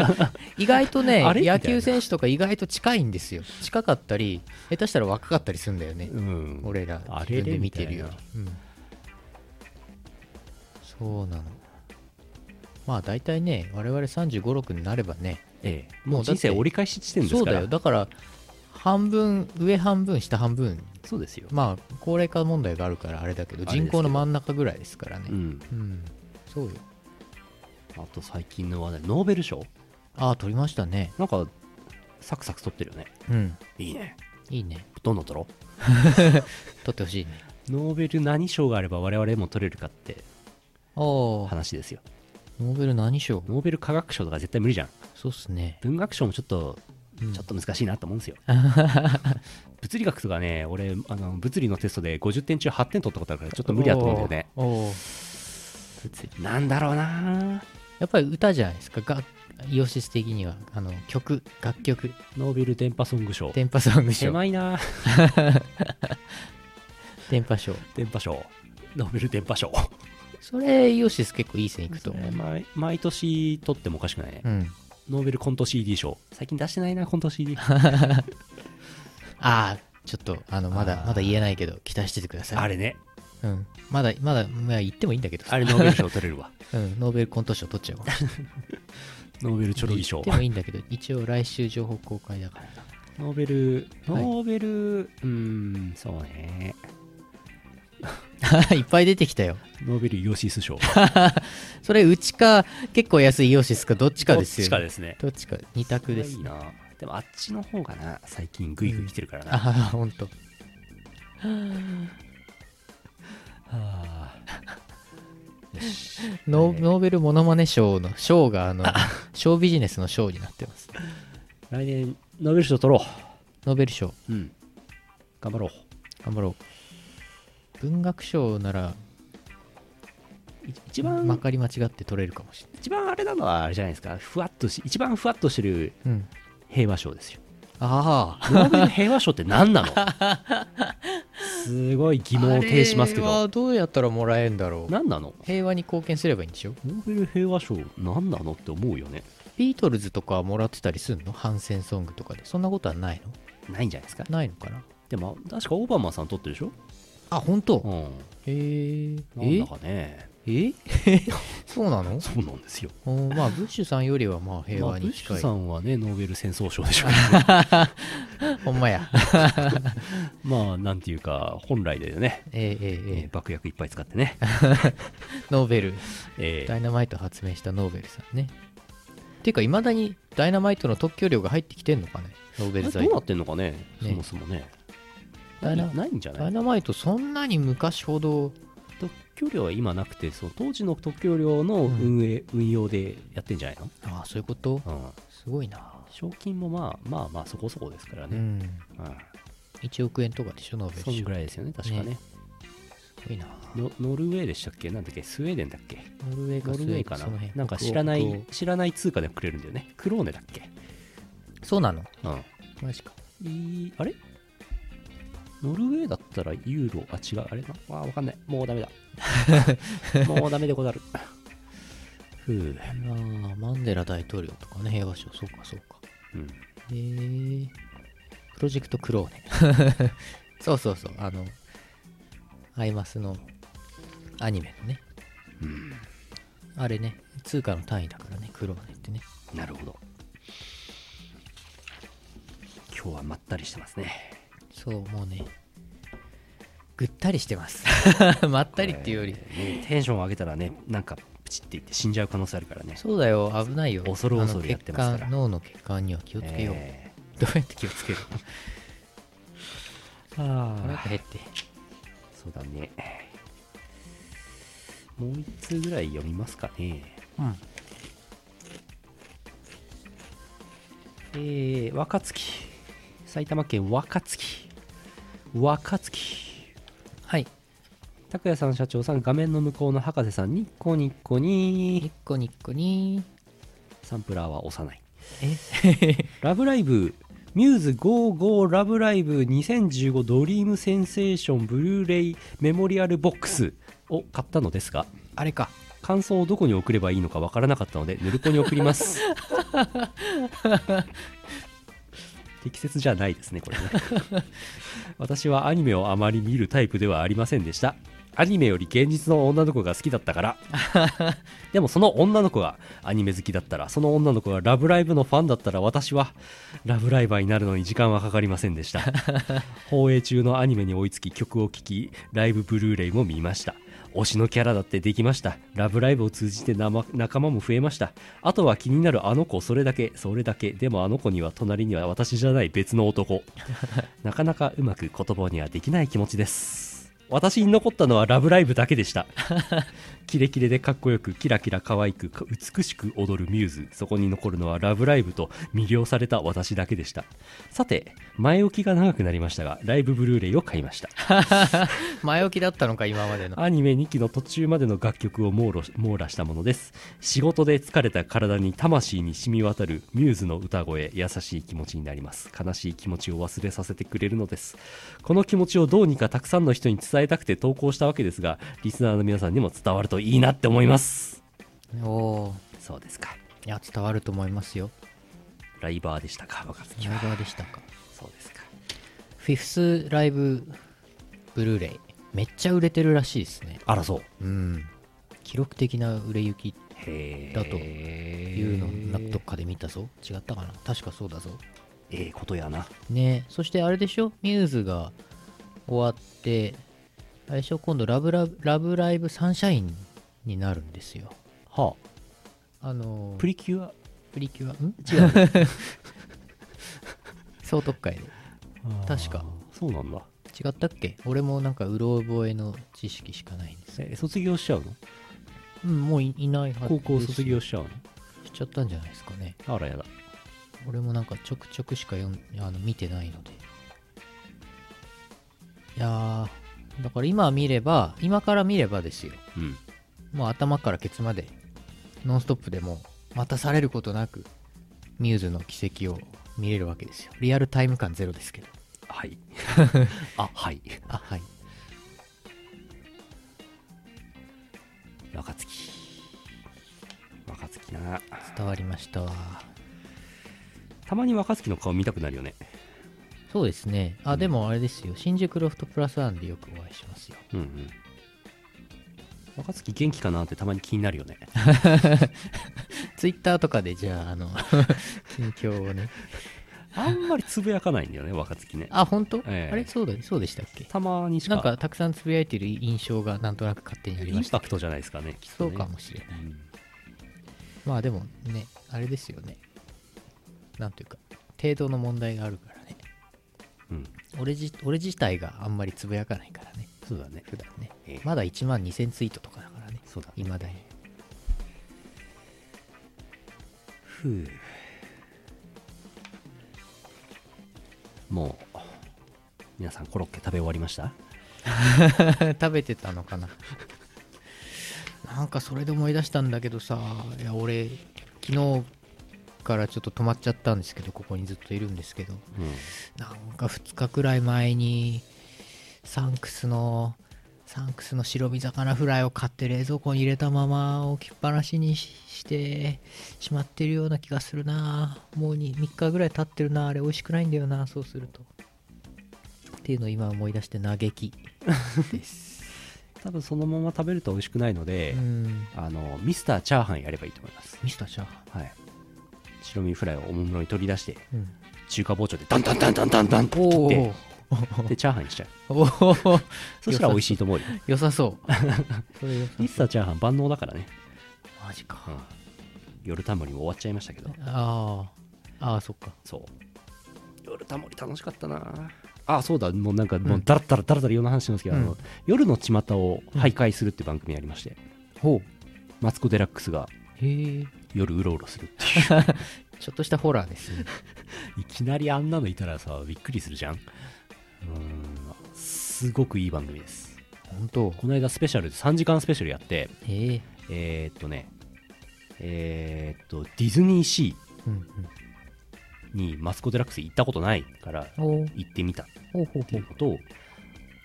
A: (laughs)
B: 意外とね
A: あれ
B: 野
A: み
B: 球
A: たい
B: 選手とか意外と近いんですよ近かったり下手したら若かったりするんだよね
A: うん
B: 俺ら
A: あ
B: 自
A: れ
B: 分で
A: れ
B: 見
A: み
B: て
A: た
B: る
A: い
B: よ
A: な
B: り、うんそうなのまあ大体ね我々3 5 6になればね
A: ええも
B: もう
A: う
B: だっ
A: 人
B: て
A: 生折り返し地点ですから
B: そうだよだから半分上半分下半分
A: そうですよ、
B: まあ高齢化問題があるからあれだけど
A: あれですけど
B: 人口の真ん中ぐらいですからね
A: うん
B: うん、そうよ
A: あと最近の話題ノーベル賞
B: ああ取りましたね
A: なんかサクサク取ってるよね
B: うん
A: いいね
B: いいね
A: どんどん取ろ
B: 取ってほしいね
A: うノーベル何賞があれば我々も取れるかって
B: ああノ
A: 話ですよ
B: ーベル何賞
A: ノーベル科学賞とか絶対無理じゃん
B: そうっ
A: (laughs)
B: すね
A: 文学賞もちょっと
B: うん
A: ちょっと難しいなと思うんですよ物理学とかね俺あの物理のテストで50点中8点取ったことあるからちょっと無理だと思うんだよね
B: (laughs) おーおー
A: なんだろうな
B: やっぱり歌じゃないですかがイオシス的にはあの曲楽曲
A: ノーベル電波ソング賞
B: 電波ソング賞
A: 狭いな
B: 電波賞
A: 電波賞ノーベル電波賞
B: それイオシス結構いい線いくと思う、
A: 毎毎年取ってもおかしくないね、
B: うん
A: ノーベルコント CD 賞最近出してないなコント (laughs) CD
B: ああちょっとあのまだ
A: あー
B: まだ言えないけど期待しててください
A: あれね
B: うん、まだまだ、まあ、言ってもいいんだけどさ
A: あれノーベル賞取れるわ
B: うん、ノーベルコント賞取っちゃうかもしれない
A: (laughs) ノーベルチョロギ賞
B: でもいいんだけど、一応来週情報公開だからな。
A: ノーベル
B: はい
A: ノーベル、うーんそうね
B: (laughs) いっぱい出てきたよ。
A: ノーベルイオシス賞
B: それ、うちか、結構安いイオシスか、どっちか
A: どっ
B: ですよ、
A: ちかですね
B: どっちか、二択です、
A: いいなでもあっちの方がな最近グイグイ来てるからな、は
B: ああ、ほんと。
A: あ
B: ノ
A: ね
B: ーノーベルモノマネ賞の、賞が、あの、賞ビジネスの賞になってます。
A: 来年ノーベル賞取ろ
B: ノーベル賞、
A: ううん頑張ろう
B: 頑張ろう。文学賞なら、
A: い一番、
B: まかり間違って取れるかもしれない。
A: 一番あれなのはあれじゃないですかふわっとし一番ふわっとしてる
B: うん。
A: 平和賞ですよ
B: ああ。
A: (laughs) ノーベル平和賞って何 (laughs) なのすごい疑問を呈しますけ
B: あれ
A: ど
B: はどうやったらもらえるんだろう。
A: 何なの
B: 平和に貢献すればいいんでしょ
A: ノーベル平和賞何なのって思うよね
B: ビートルズとかはもらってたりすんの反戦ソングとかで。そんなことはないの
A: ないんじゃないですか
B: ないのかな
A: でも確かオバマさん取ってるでしょ
B: あ、本当。
A: うん
B: へえ。
A: なん
B: え
A: だかね
B: え (laughs) そうなの
A: そうなんですよ
B: うんまあ、ブッシュさんよりはまあ平
A: まあ
B: 和
A: ブ
B: に
A: ッシ
B: 近
A: ュ
B: い。
A: さんはねノーベル戦争賞 (laughs) でしょ
B: ほんまや。
A: まあなんていうか本来でね、
B: えええ
A: え
B: え
A: ー
B: え
A: 爆薬いっぱい使って (laughs) ね、
B: えノーベル。
A: え
B: ダイナマイト発明したノーベルさんね。ていうか、いまだにダイナマイトの特許料が入ってきてんのかねノーベ
A: ー、
B: ル
A: あ
B: 財
A: れどうな
B: 団。
A: ってんのかねそもそもね
B: ダイナ
A: ないんじゃ
B: ダ
A: な
B: イ
A: い
B: ナマイトそんなに昔ほど、
A: 特許料は今なくてその当時の特許料の運営、運用でやってんじゃない
B: ああ、そういうこと
A: の、うん、
B: すごいな。
A: 賞金もまあまあまあそこそこですから
B: う
A: ね、
B: ん。
A: うん
B: 1億円とかでしょ、ノーベル
A: そ
B: 賞。
A: ん
B: す
A: ぐらいですよね確かね
B: ねごいな。
A: のノルウェーでしたっけなんだっけスウェーデンだっけ
B: ノルウェーか
A: ノルウェーかななんか知らな。
B: スウェーデ
A: い
B: ンその辺北欧
A: 知らない通貨でくれるんだよねクローネだっけ
B: そうなの
A: うん
B: マジか。
A: いいあれノルウェーだったらユーロあ違うあれなわあわかんないもう
B: (laughs)
A: ダメだもうダメでござるふう、
B: あーマンデラ大統領とかね、平和賞、そうか、そうか。
A: うん、
B: えー、プロジェクトクローネ。 (laughs) そうそうそう、あの、アイマスのアニメのね。あれね、通貨の単位だからね、クローネってね。
A: なるほど今日はまったりしてますね
B: そう、もうね、ぐったりしてます。 (laughs) まったりっていうより
A: こ。れねテンション上げたらねなんかプチっていって死んじゃう可能性あるからね
B: そうだよ、危ないよ。
A: 恐る恐るやってますから
B: あの血管脳の血管には気をつけよう。
A: え
B: どうやって気を
A: (laughs)
B: つける
A: ー
B: お腹減って。
A: そうだね。もう一通ぐらい読みますかね。
B: うん。
A: えー、若槻。埼玉県若槻。若槻。
B: はい。
A: 拓也さん、社長さん、画面の向こうの博士さん、ニッコニッコ
B: ニ
A: に。
B: ッコニッコに
A: サンプラーは押さない。
B: え
A: ラブライブ。ミューズ55ラブライブ2015ドリームセンセーションブルーレイメモリアルボックスを買ったのですが、
B: (laughs) あれか。
A: 感想をどこに送ればいいのかわからなかったのでぬるこに送ります適切じゃないですねこれね私はアニメをあまり見るタイプではありませんでしたアニメより現実の女の子が好きだったからでもその女の子がアニメ好きだったらその女の子が「ラブライブ!」のファンだったら私は「ラブライバー!」になるのに時間はかかりませんでした放映中のアニメに追いつき曲を聴きライブブルーレイも見ました推しのキャラだってできましたラブライブを通じて生仲間も増えましたあとは気になるあの子それだけそれだけでもあの子には隣には私じゃない別の男 (laughs) なかなかうまく言葉にはできない気持ちです私に残ったのはラブライブだけでしたキレキレでかっこよくキラキラ可愛くか美しく踊るミューズそこに残るのはラブライブと魅了された私だけでしたさて前置きが長くなりましたがライブブルーレイを買いました
B: 前置きだったのか、今までの。
A: アニメ2期の途中までの楽曲を網羅網羅したものです仕事で疲れた体に魂に染み渡るミューズの歌声優しい気持ちになります悲しい気持ちを忘れさせてくれるのですこの気持ちをどうにかたくさんの人に伝えたくて投稿したわけですがリスナーの皆さんにも伝わるといいなって思います
B: おー
A: そうですか
B: いや、伝わると思いますよ。
A: ライバーでしたか若槻
B: ライ
A: は
B: バーでしたか。
A: そうですか
B: フィフスライブブルーレイ。めっちゃ売れてるらしいですね。
A: あらそう
B: うん。記録的な売れ行き
A: へー
B: だというのをなんとかで見たぞ違ったかな確かそうだぞ
A: ええことやな
B: ねそしてあれでしょミューズが終わってあれでしょ今度ラブラブ「ラブライブサンシャイン」になるんですよ
A: は
B: あの
A: あ
B: ー
A: プリキュア
B: プリキュアん
A: 違う
B: (laughs) 総督会で確か
A: あーそうなんだ
B: 違ったっけ俺もなんかうろ覚えの知識しかないんです
A: え卒業しちゃうの
B: うんもういいない
A: 高
B: はずです
A: 校卒業しちゃう
B: しちゃったんじゃないですかね
A: のあらやだ
B: 俺もなんかちょくちょくしか読んあの見てないのでいやーだから今見れば今から見ればですよ
A: うん
B: もう頭からケツまでノンストップでもう待たされることなくミューズの奇跡を見れるわけですよリアルタイム感ゼロですけど
A: はい (laughs) あはい
B: あはい
A: 若月若月な
B: 伝わりましたわ
A: たまに若月の顔見たくなるよね
B: そうですねあ、
A: うん
B: でもあれですよ新宿ロフトプラスワンでよくお会いしますよ
A: うんうん若月元気かなってたまに気になる (laughs) よね
B: ツイッターとかでじゃああの (laughs) 近況をね
A: あんまりつぶやかないんだよね若月ね
B: あ本当、
A: ええ
B: あれそうだそうでしたっけ
A: たまにしか
B: なんかたくさんつぶやいてる印象がなんとなく勝手にあり
A: イ
B: ま
A: ン
B: した
A: パクトじゃないですかねきっ
B: そ
A: とね
B: うかもしれない
A: うん
B: まあでもねあれですよねなんというか程度の問題があるからね
A: うん
B: 俺じ俺自体があんまりつぶやかないからね
A: そうだね
B: 普段ね
A: ええ
B: まだ1万2000ツイートとかだからね
A: そうだね
B: いまだに
A: ふうもう皆さんコロッケ食べ終わりました
B: (laughs) 食べてたのかななんかそれで思い出したんだけどさいや俺昨日からちょっと止まっちゃったんですけどここにずっといるんですけど
A: うん
B: なんか2日くらい前にサンクスのサンクスの白身魚フライを買って冷蔵庫に入れたまま置きっぱなしにししてしまってるような気がするなもうに3日ぐらい経ってるなあれ美味しくないんだよなそうするとっていうのを今思い出して嘆き
A: 多分そのまま食べると美味しくないので
B: う、ん
A: あのミスターチャーハンやればいいと思います
B: ミスターチャーハ
A: はい白身フライをおもむろに取り出して
B: ン、うん、
A: 中華包丁でダンダンダンダンダンダンって切っ
B: お
A: て
B: ー
A: でチャーハンにしちゃう
B: お (laughs) ー
A: そしたら美味しいと思うよ
B: 良さそうそれ良さそう
A: ミスターチャーハン万能だからね、
B: マジか
A: うん、夜タモリも終わっちゃいましたけど
B: あーあーそっか
A: そう夜タモリ楽しかったなああそうだもうなんかもうダラダラダラダラいろんな話しますけど、あ
B: う
A: の
B: ん
A: 夜の巷を徘徊するって番組ありまして、
B: ほ
A: マツコ・デラックスが
B: うへえ
A: 夜うろうろするっていう
B: ちょっとしたホラーですね。
A: (laughs) いきなりあんなのいたらさびっくりするじゃんうーんすごくいい番組です
B: 本当。
A: この間スペシャルで3時間スペシャルやって
B: ええ
A: えー、っとねえー、っとディズニーシ
B: うん
A: ーにマツコ・デラックス行ったことないから
B: うん。お
A: 行ってみたっ
B: ほうほう
A: ていうのと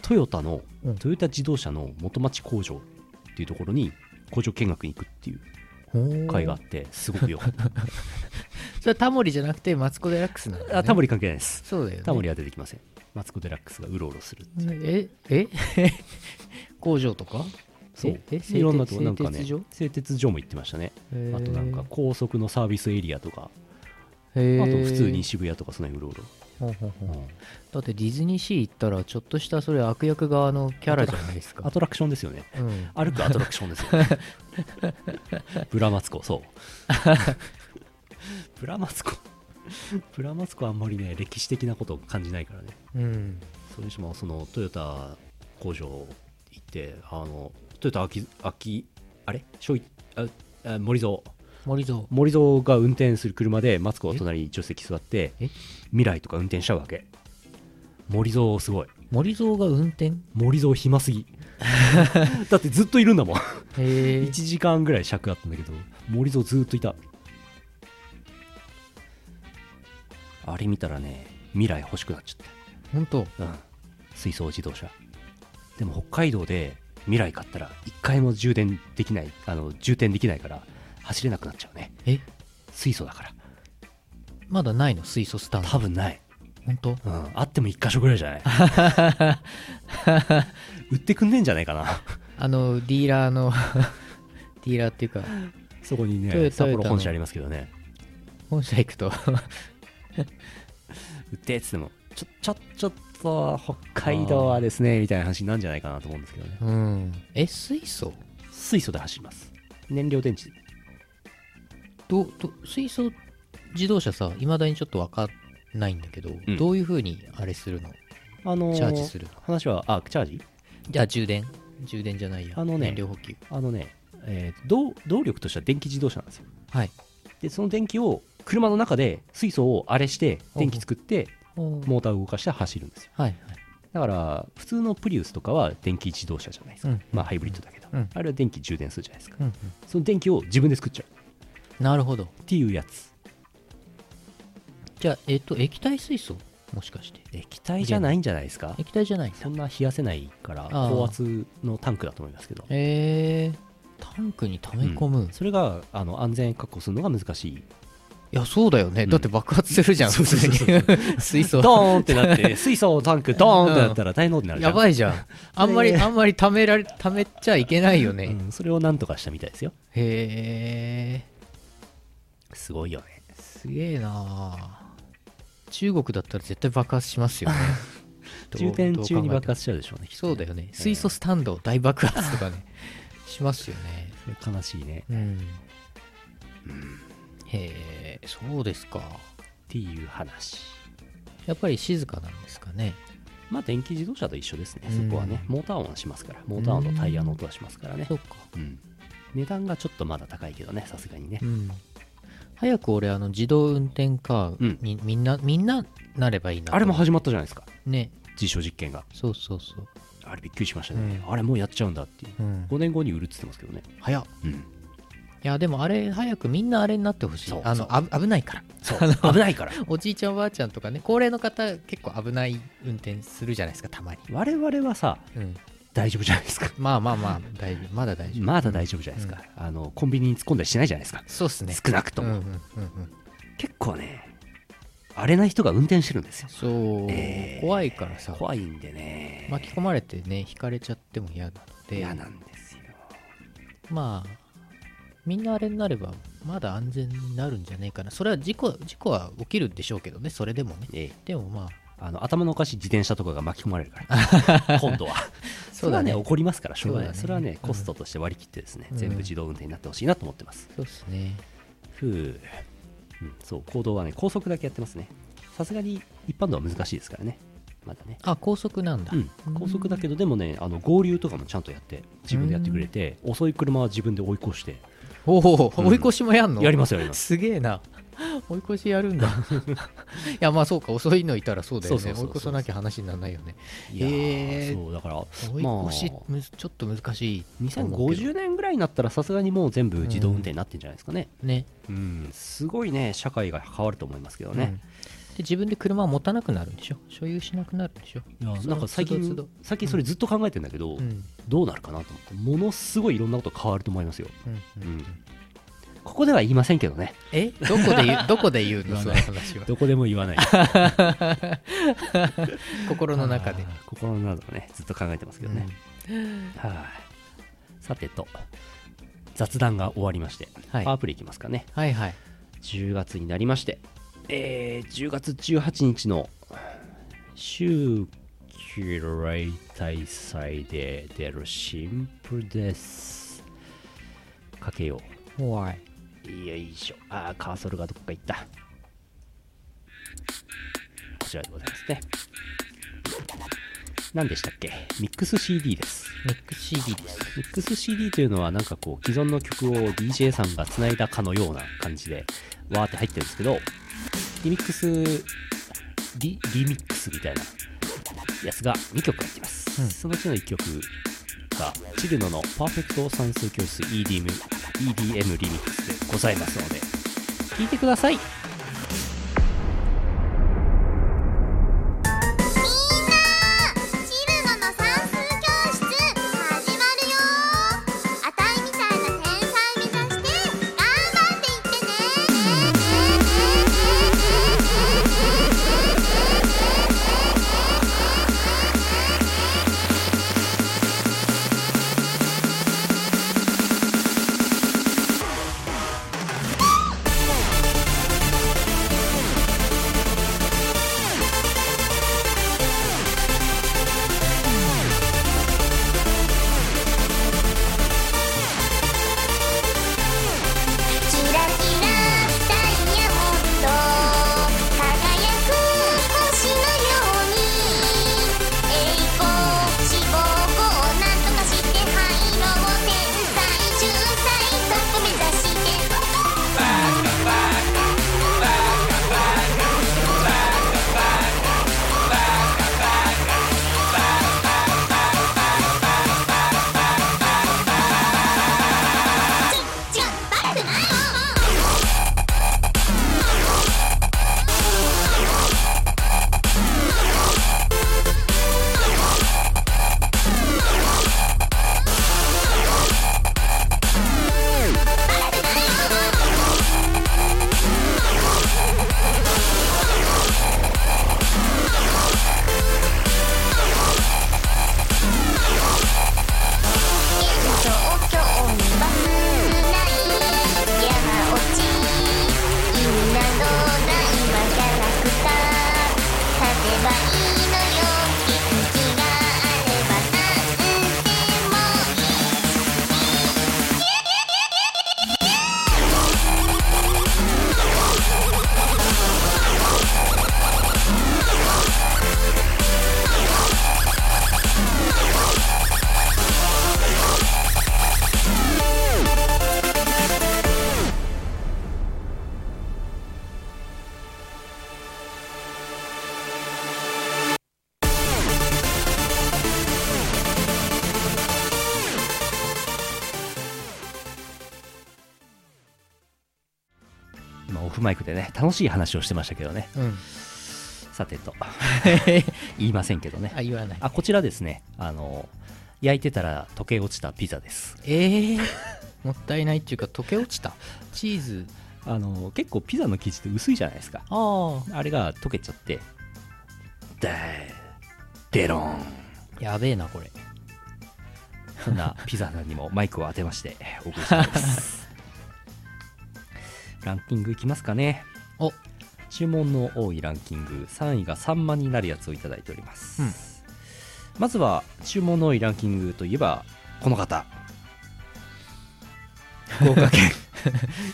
A: トヨタの
B: うん
A: トヨタ自動車の元町工場っていうところに工場見学に行くっていう
B: ほう。
A: 会があってすごく
B: (laughs)
A: よかっ
B: それはタモリじゃなくてマツコ・デラックスなんだ、ね。
A: たあタモ
B: リ。
A: リ関係ないです
B: そうだよね。
A: タモリは出てきませんマツコ・デラックスがうろうろするっていう
B: ええ (laughs) 工場とか
A: そう
B: ええ
A: いろんなとこな
B: 製
A: ん
B: 鉄
A: かね
B: 製鉄所
A: 製鉄所も行ってましたねあとなんか高速のサービスエリアとか
B: あと
A: あと
B: 普
A: 普通に渋谷とかその辺うろ
B: ほうほうほ
A: う
B: う
A: ろ
B: だ
A: うん
B: ってディズニーシー行ったらちょっとしたそれ悪役側のキャラじゃないですか
A: ア。トラクションですよね
B: うん、
A: 歩くアトラクションですよ、ね、 (laughs) ブラマツコそう (laughs) ブラマツコブラマツコはあんまりね歴史的なことを感じないからね
B: うん、
A: それにしてもそのトヨタ工場行ってあのトヨタ秋秋あれしょいああ森蔵
B: 森蔵
A: 森蔵が運転する車でマツコは隣に助手席座って
B: え
A: 未来とか運転しちゃうわけ森蔵すごい
B: 森蔵が運転
A: 森蔵暇すぎ (laughs) だってずっといるんだもん
B: へえ
A: 1時間ぐらい尺あったんだけど森蔵ずーっといたあれ見たらね未来欲しくなっちゃっ
B: 本当
A: たうん水素自動車でも北海道で未来買ったら1回も充電できないあの充填できないから走れなくなっちゃうね
B: え
A: 水素だから
B: まだないの水素スタンド
A: 多分ない、
B: 本当
A: うん、あっても1箇所ぐらいじゃない (laughs) 売ってくんねえんじゃないかな
B: (laughs) あのディーラーのディーラーっていうか
A: (laughs) そこに (laughs)
B: トヨ
A: ね
B: タ
A: 札幌本社ありますけどね
B: 本社行くと
A: 売ってっつってもちょちょちょっと北海道はですねみたいな話になるんじゃないかなと思うんですけどね
B: うん (laughs) え水素
A: 水素で走ります燃料電池
B: どど水素自動車さいまだにちょっと分かんないんだけど、
A: うん
B: どういうふうにあれするの
A: あのー
B: チャージするの
A: 話はあチャージ
B: じゃあ充電充電じゃないや
A: あのね
B: 燃料補給
A: あのね、えー動動力としては電気自動車なんですよ
B: はい
A: でその電気を車の中で水素をあれして電気作って
B: も
A: モーターを動かして走るんですよ
B: はいはい
A: だから普通のプリウスとかは電気自動車じゃないですか、
B: うん
A: まあハイブリッドだけど、
B: うん
A: あれは電気充電するじゃないですか、
B: うんうん
A: その電気を自分で作っちゃう
B: なるほど
A: っていうやつ
B: じゃあえっと液体水素もしかして
A: 液体じゃないんじゃないですか
B: 液体じゃないんだ
A: そんな冷やせないから
B: あー
A: 高圧のタンクだと思いますけど
B: えー、タンクに溜め込む、い
A: それがあの安全確保するのが難
B: (laughs)
A: しい
B: やそうだよね、
A: うん
B: だって爆発するじゃん
A: そ
B: 普
A: うそう
B: 通
A: そう
B: に
A: そう (laughs)
B: 水
A: ド
B: 素
A: ーンってなって
B: (laughs)
A: 水素タンクドーンってなったら大変なことになるじゃ
B: や
A: ん
B: ばいじゃんあんまり
A: ね
B: あんまり溜められ溜めちゃいけないよね、
A: うん、それをなんとかしたみたいですよ
B: へえ
A: すごいよね
B: すげえなー中国だったら絶対爆発しま
A: (laughs)
B: すよねどう
A: 充電中に
B: どう考え
A: 爆
B: ても
A: 発しちゃうでしょうねきっと
B: そうだよね水素スタンド大爆発とかねしますよね
A: それ悲しいね
B: うんへえそうですか
A: っていう話
B: やっぱり静かなんですかね
A: まあ電気自動車と一緒ですね
B: う
A: そ
B: ん
A: こはねモーター音はしますからモーター音とタイヤの音はしますからね
B: そうか
A: うん値段がちょっとまだ高いけどねさすがにね
B: うん早く俺あの自動運転カーに、みんなみんななればいいなと
A: あれも始まったじゃないですか
B: ね
A: 実証実験が
B: そうそうそう
A: あれびっくりしましたね、
B: う
A: あれもうやっちゃうんだっていう
B: うん
A: 5年後に売るって言ってますけどね
B: 早っ
A: うん
B: いやでもあれ早くみんなあれになってほしい
A: そう
B: あ
A: そう
B: のあぶ危ないから (laughs)
A: そう危ないから
B: おじいちゃんおばあちゃんとかね高齢の方結構危ない運転するじゃないですかたまに、
A: 我々はさ
B: うん、
A: 大丈夫じゃないですか
B: まあまあまあ大丈夫まだ大丈夫
A: まだ大丈夫じゃないですか、あのコンビニに突っ込んだりしないじゃないですか
B: そうっすね
A: 少なくと
B: うん
A: も、
B: うんうんうん
A: 結構ね荒れない人が運転してるんですよ
B: そう、
A: えー
B: 怖いからさ
A: 怖いんでね
B: 巻き込まれてね引かれちゃっても嫌なので
A: 嫌なんですよ
B: まあみんなあれになればまだ安全になるんじゃねえかなそれは事故事故は起きるんでしょうけどねそれでもね
A: ええ
B: でもまあ
A: あの頭のおかしい自転車とかが巻き込まれるから、今度は。そ
B: そう
A: れは
B: だね
A: ね、怒りますから、しょうがない。
B: そうだね
A: それはね、
B: うん
A: コストとして割り切ってですね、
B: うん
A: 全部自動運転になってほしいなと思ってます。
B: そうっすね
A: ふう、うん、そう、行動はね、高速だけやってますね。さすがに一般道は難しいですからね、まだね。
B: あ高速なんだ、
A: うん、高速だけど、でもね、あの合流とかもちゃんとやって、自分でやってくれて、遅い車は自分で追い越して、
B: おお、
A: うん
B: 追い越しもやんの
A: やりますよ、やります。
B: すげえな。追い越しやるん
A: (laughs)
B: だ。いや、まあそうか、遅いのいたらそうだよね。
A: そうそうそうそう
B: 追い越さなきゃ話にならないよね。
A: いや
B: へ
A: ー
B: ー
A: そう、だから、
B: 追い
A: まあ
B: 越し、むずちょっと難しいと思うけど。
A: 2050年ぐらいになったら、さすがにもう全部自動運転になってんじゃないですかね。
B: ね。
A: うん、すごいね、社会が変わると思いますけど
B: うん
A: ね
B: で。自分で車を持たなくなるんでしょ所有しなくなるんでしょ
A: いやなんか最
B: その都度
A: 近、最近それずっと考えてんだけど、
B: 都度うん
A: どうなるかなと思って、ものすごいいろんなこと変わると思いますよ。
B: うん
A: うんここでは言いませんけどね、
B: えどこで言う (laughs) どこで言う
A: 言
B: の
A: わ
B: そ
A: な
B: の
A: い
B: 話は
A: どこでも言わない。
B: 心の中で
A: あー。心の中でね、ずっと考えてますけどね。はい。さてと、雑談が終わりまして、
B: はい
A: パワープレイいきますかね。
B: はいはい
A: 10月になりまして、えー10月18日の秋季例大祭で出る新譜です。かけよ。
B: 怖いう
A: よいしょ。あー、カーソルがどっか行った。こちらでございますね。何でしたっけミックス CD です。
B: ミックス CD です
A: ミックス CD というのはなんかこう既存の曲を DJ さんが繋いだかのような感じでわーって入ってるんですけどリミックスリリミックスみたいなやつが2曲入ってます、
B: うん
A: そのうちの1曲がチルノの「パーフェクト算数教室 EDM, EDM リミックス」でございますので聴いてください
C: みんなチルノの算数教室始まるよあたいみたいな天才目指して頑張っていってね
A: 「まあ、オフマイクでね楽しい話をしてましたけどね
B: うん。
A: さ
B: (laughs)
A: てと言いませんけどね
B: あ、言わない。
A: あこちらですねあの焼いてたら溶け落ちたピザです
B: ええー、もったいないっていうか、溶け落ちた。チーズ。
A: あの結構ピザの生地って薄いじゃないですか
B: あ
A: あれが溶けちゃってでデロン
B: あ。やべえな、これ。
A: そんなピザさんにもマイクを当てましてお送りしています (laughs) ランキングいきますかね
B: お、
A: 注文の多いランキング3位が3万になるやつをいただいております、
B: うん
A: まずは注文の多いランキングといえばこの方福岡
B: (laughs)
A: 県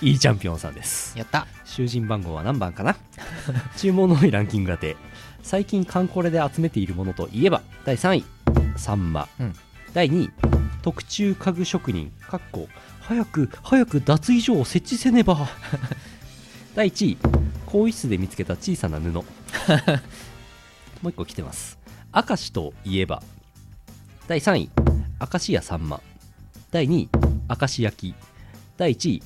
A: いいチャンピオンさんです
B: やった。
A: 囚人番号は何番かな (laughs) 注文の多いランキング当て最近カンコレで集めているものといえば第3位サンマ、
B: うん
A: 第2位特注家具職人かっこ早く早く脱衣所を設置せねば
B: (laughs)
A: 第1位更衣室で見つけた小さな
B: (laughs)
A: 布もう一個来てます明石といえば第3位明石屋さんま第2位明石焼き第1位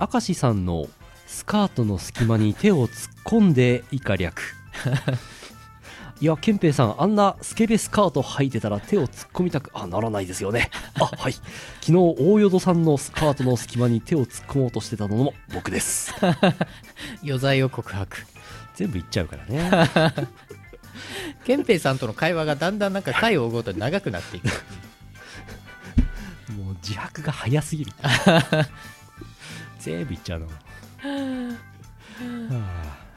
A: 明石さんのスカートの隙間に手を突っ込んで以下 (laughs) 略いや憲兵さんあんなスケベスカート履いてたら手を突っ込みたくあならないですよねあはい昨日大淀さんのスカートの隙間に手を突っ込もうとしてたのも僕です
B: 余罪を告白。
A: 全部言っちゃうから (laughs) ね
B: ケンペイさんとの会話がだんだんなんか回を追うごとに長くなっていく。
A: もう自白が早すぎ (laughs) る全部言っ (laughs) ちゃうの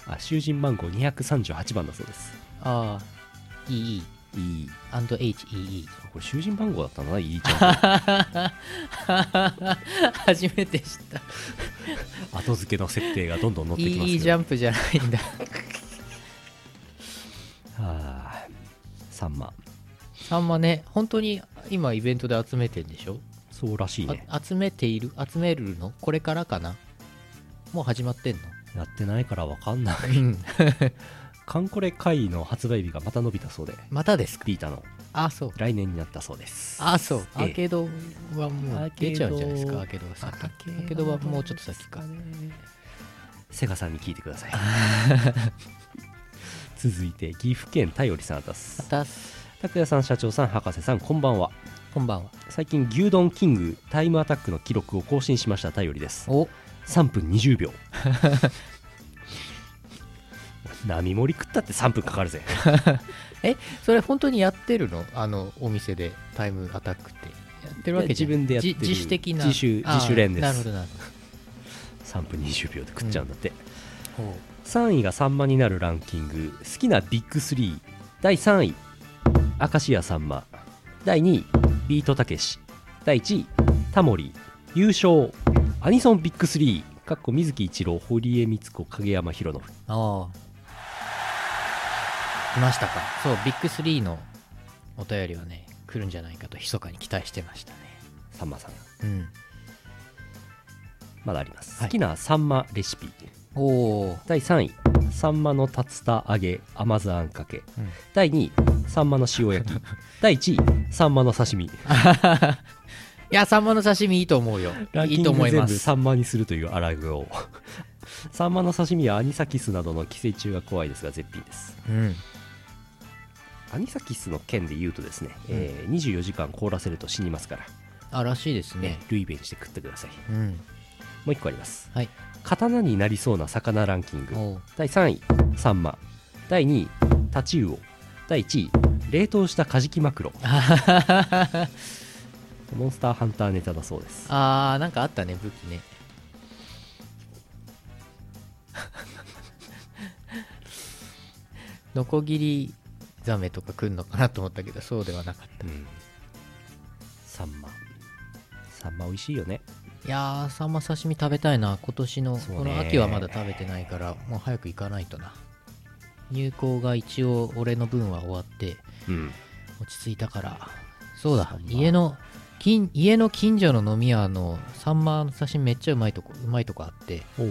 A: あ囚人番号238番だそうです
B: (laughs) ああ。EE。
A: いい
B: &HEE。
A: これ囚人番号だったんだないいちゃん
B: (laughs) 初めて知った。
A: 後付けの設定がどんどん乗ってきますけど
B: EE ジャンプじゃないんだ。
A: はあ3万
B: (laughs) さんまね、本当に今イベントで集めてんでしょ
A: そうらしいね
B: あ集めている集めるのこれからかなもう始まってんの
A: やってないからわかんないカンコレ会の発売日がまた伸びたそうで
B: (laughs) またですか
A: ビータの
B: あそう
A: 来年になったそうです
B: あそうア
A: ええ
B: ーケードはも
A: ア
B: う
A: ーケード
B: 出ちゃうんじゃないですかアーケードは先アーケードはもうちょっと先か
A: セガさんに聞いてください (laughs) 続いて岐阜県たよりさんあたす
B: またす
A: 拓也さん社長さん博士さんこんばんは
B: こんばんは
A: 最近牛丼キングタイムアタックの記録を更新しましたたよりです
B: お
A: 3分20秒並盛り食ったって3分かかるぜ
B: えそれ本当にやってるのあのお店でタイムアタックってやってるわけじゃん
A: いや自分でやってる
B: じ自主的な
A: 自主
B: あー
A: 自主練です
B: なるほどなる
A: 3分20秒で食っちゃうんだって、
B: ほどほ
A: 3位が3万になるランキング好きなビッグ3第3位明石家さんま第2位ビートたけし第1位タモリ優勝アニソンビッグ3かっこ水木一郎堀江光子影山博信
B: うああ来ましたかそうビッグ3のお便りはね来るんじゃないかと密かに期待してましたね
A: さんまさん
B: うん
A: まだあります、
B: はい
A: 好きなさんまレシピ
B: おお、
A: 第3位サンマの竜田揚げ甘酢あんかけ
B: うん
A: 第2位サンマの塩
B: (laughs)
A: 焼き第1位サンマの刺身
B: いやサンマの刺身いいと思うよ
A: ラン
B: い
A: キ
B: い
A: ン
B: と
A: グ
B: 思い
A: 全
B: ま
A: 部
B: す
A: サンマにするというあらぐを (laughs) サンマの刺身やアニサキスなどの寄生虫が怖いですが絶品です
B: うん
A: アニサキスの件で言うとですね、えー24時間凍らせると死にますから、
B: あらしいですね
A: ね、ルイベンして食ってください
B: うん
A: もう1個あります
B: はい
A: 刀になりそうな魚ランキング
B: おう
A: 第3位サンマ第2位タチウオ第1位冷凍したカジキマ
B: (laughs)
A: クロ
B: あはははは
A: モンスターハンターネタだそうです
B: あーなんかあったね武器ね (laughs) ノコギリザメとか来んのかなと思ったけどそうではなかっ
A: うんサンマサンマ美味しいよね
B: たいやーサンマ刺身食べたいな今年の
A: そうね
B: この秋はまだ食べてないからもう早く行かないとな入校が一応俺の分は終わって
A: うん
B: 落ち着いたからそう
A: サ
B: だ
A: ンマ
B: 家の近家の近所の飲み屋のサンマの刺身めっちゃうまいとこうまいとこあって
A: お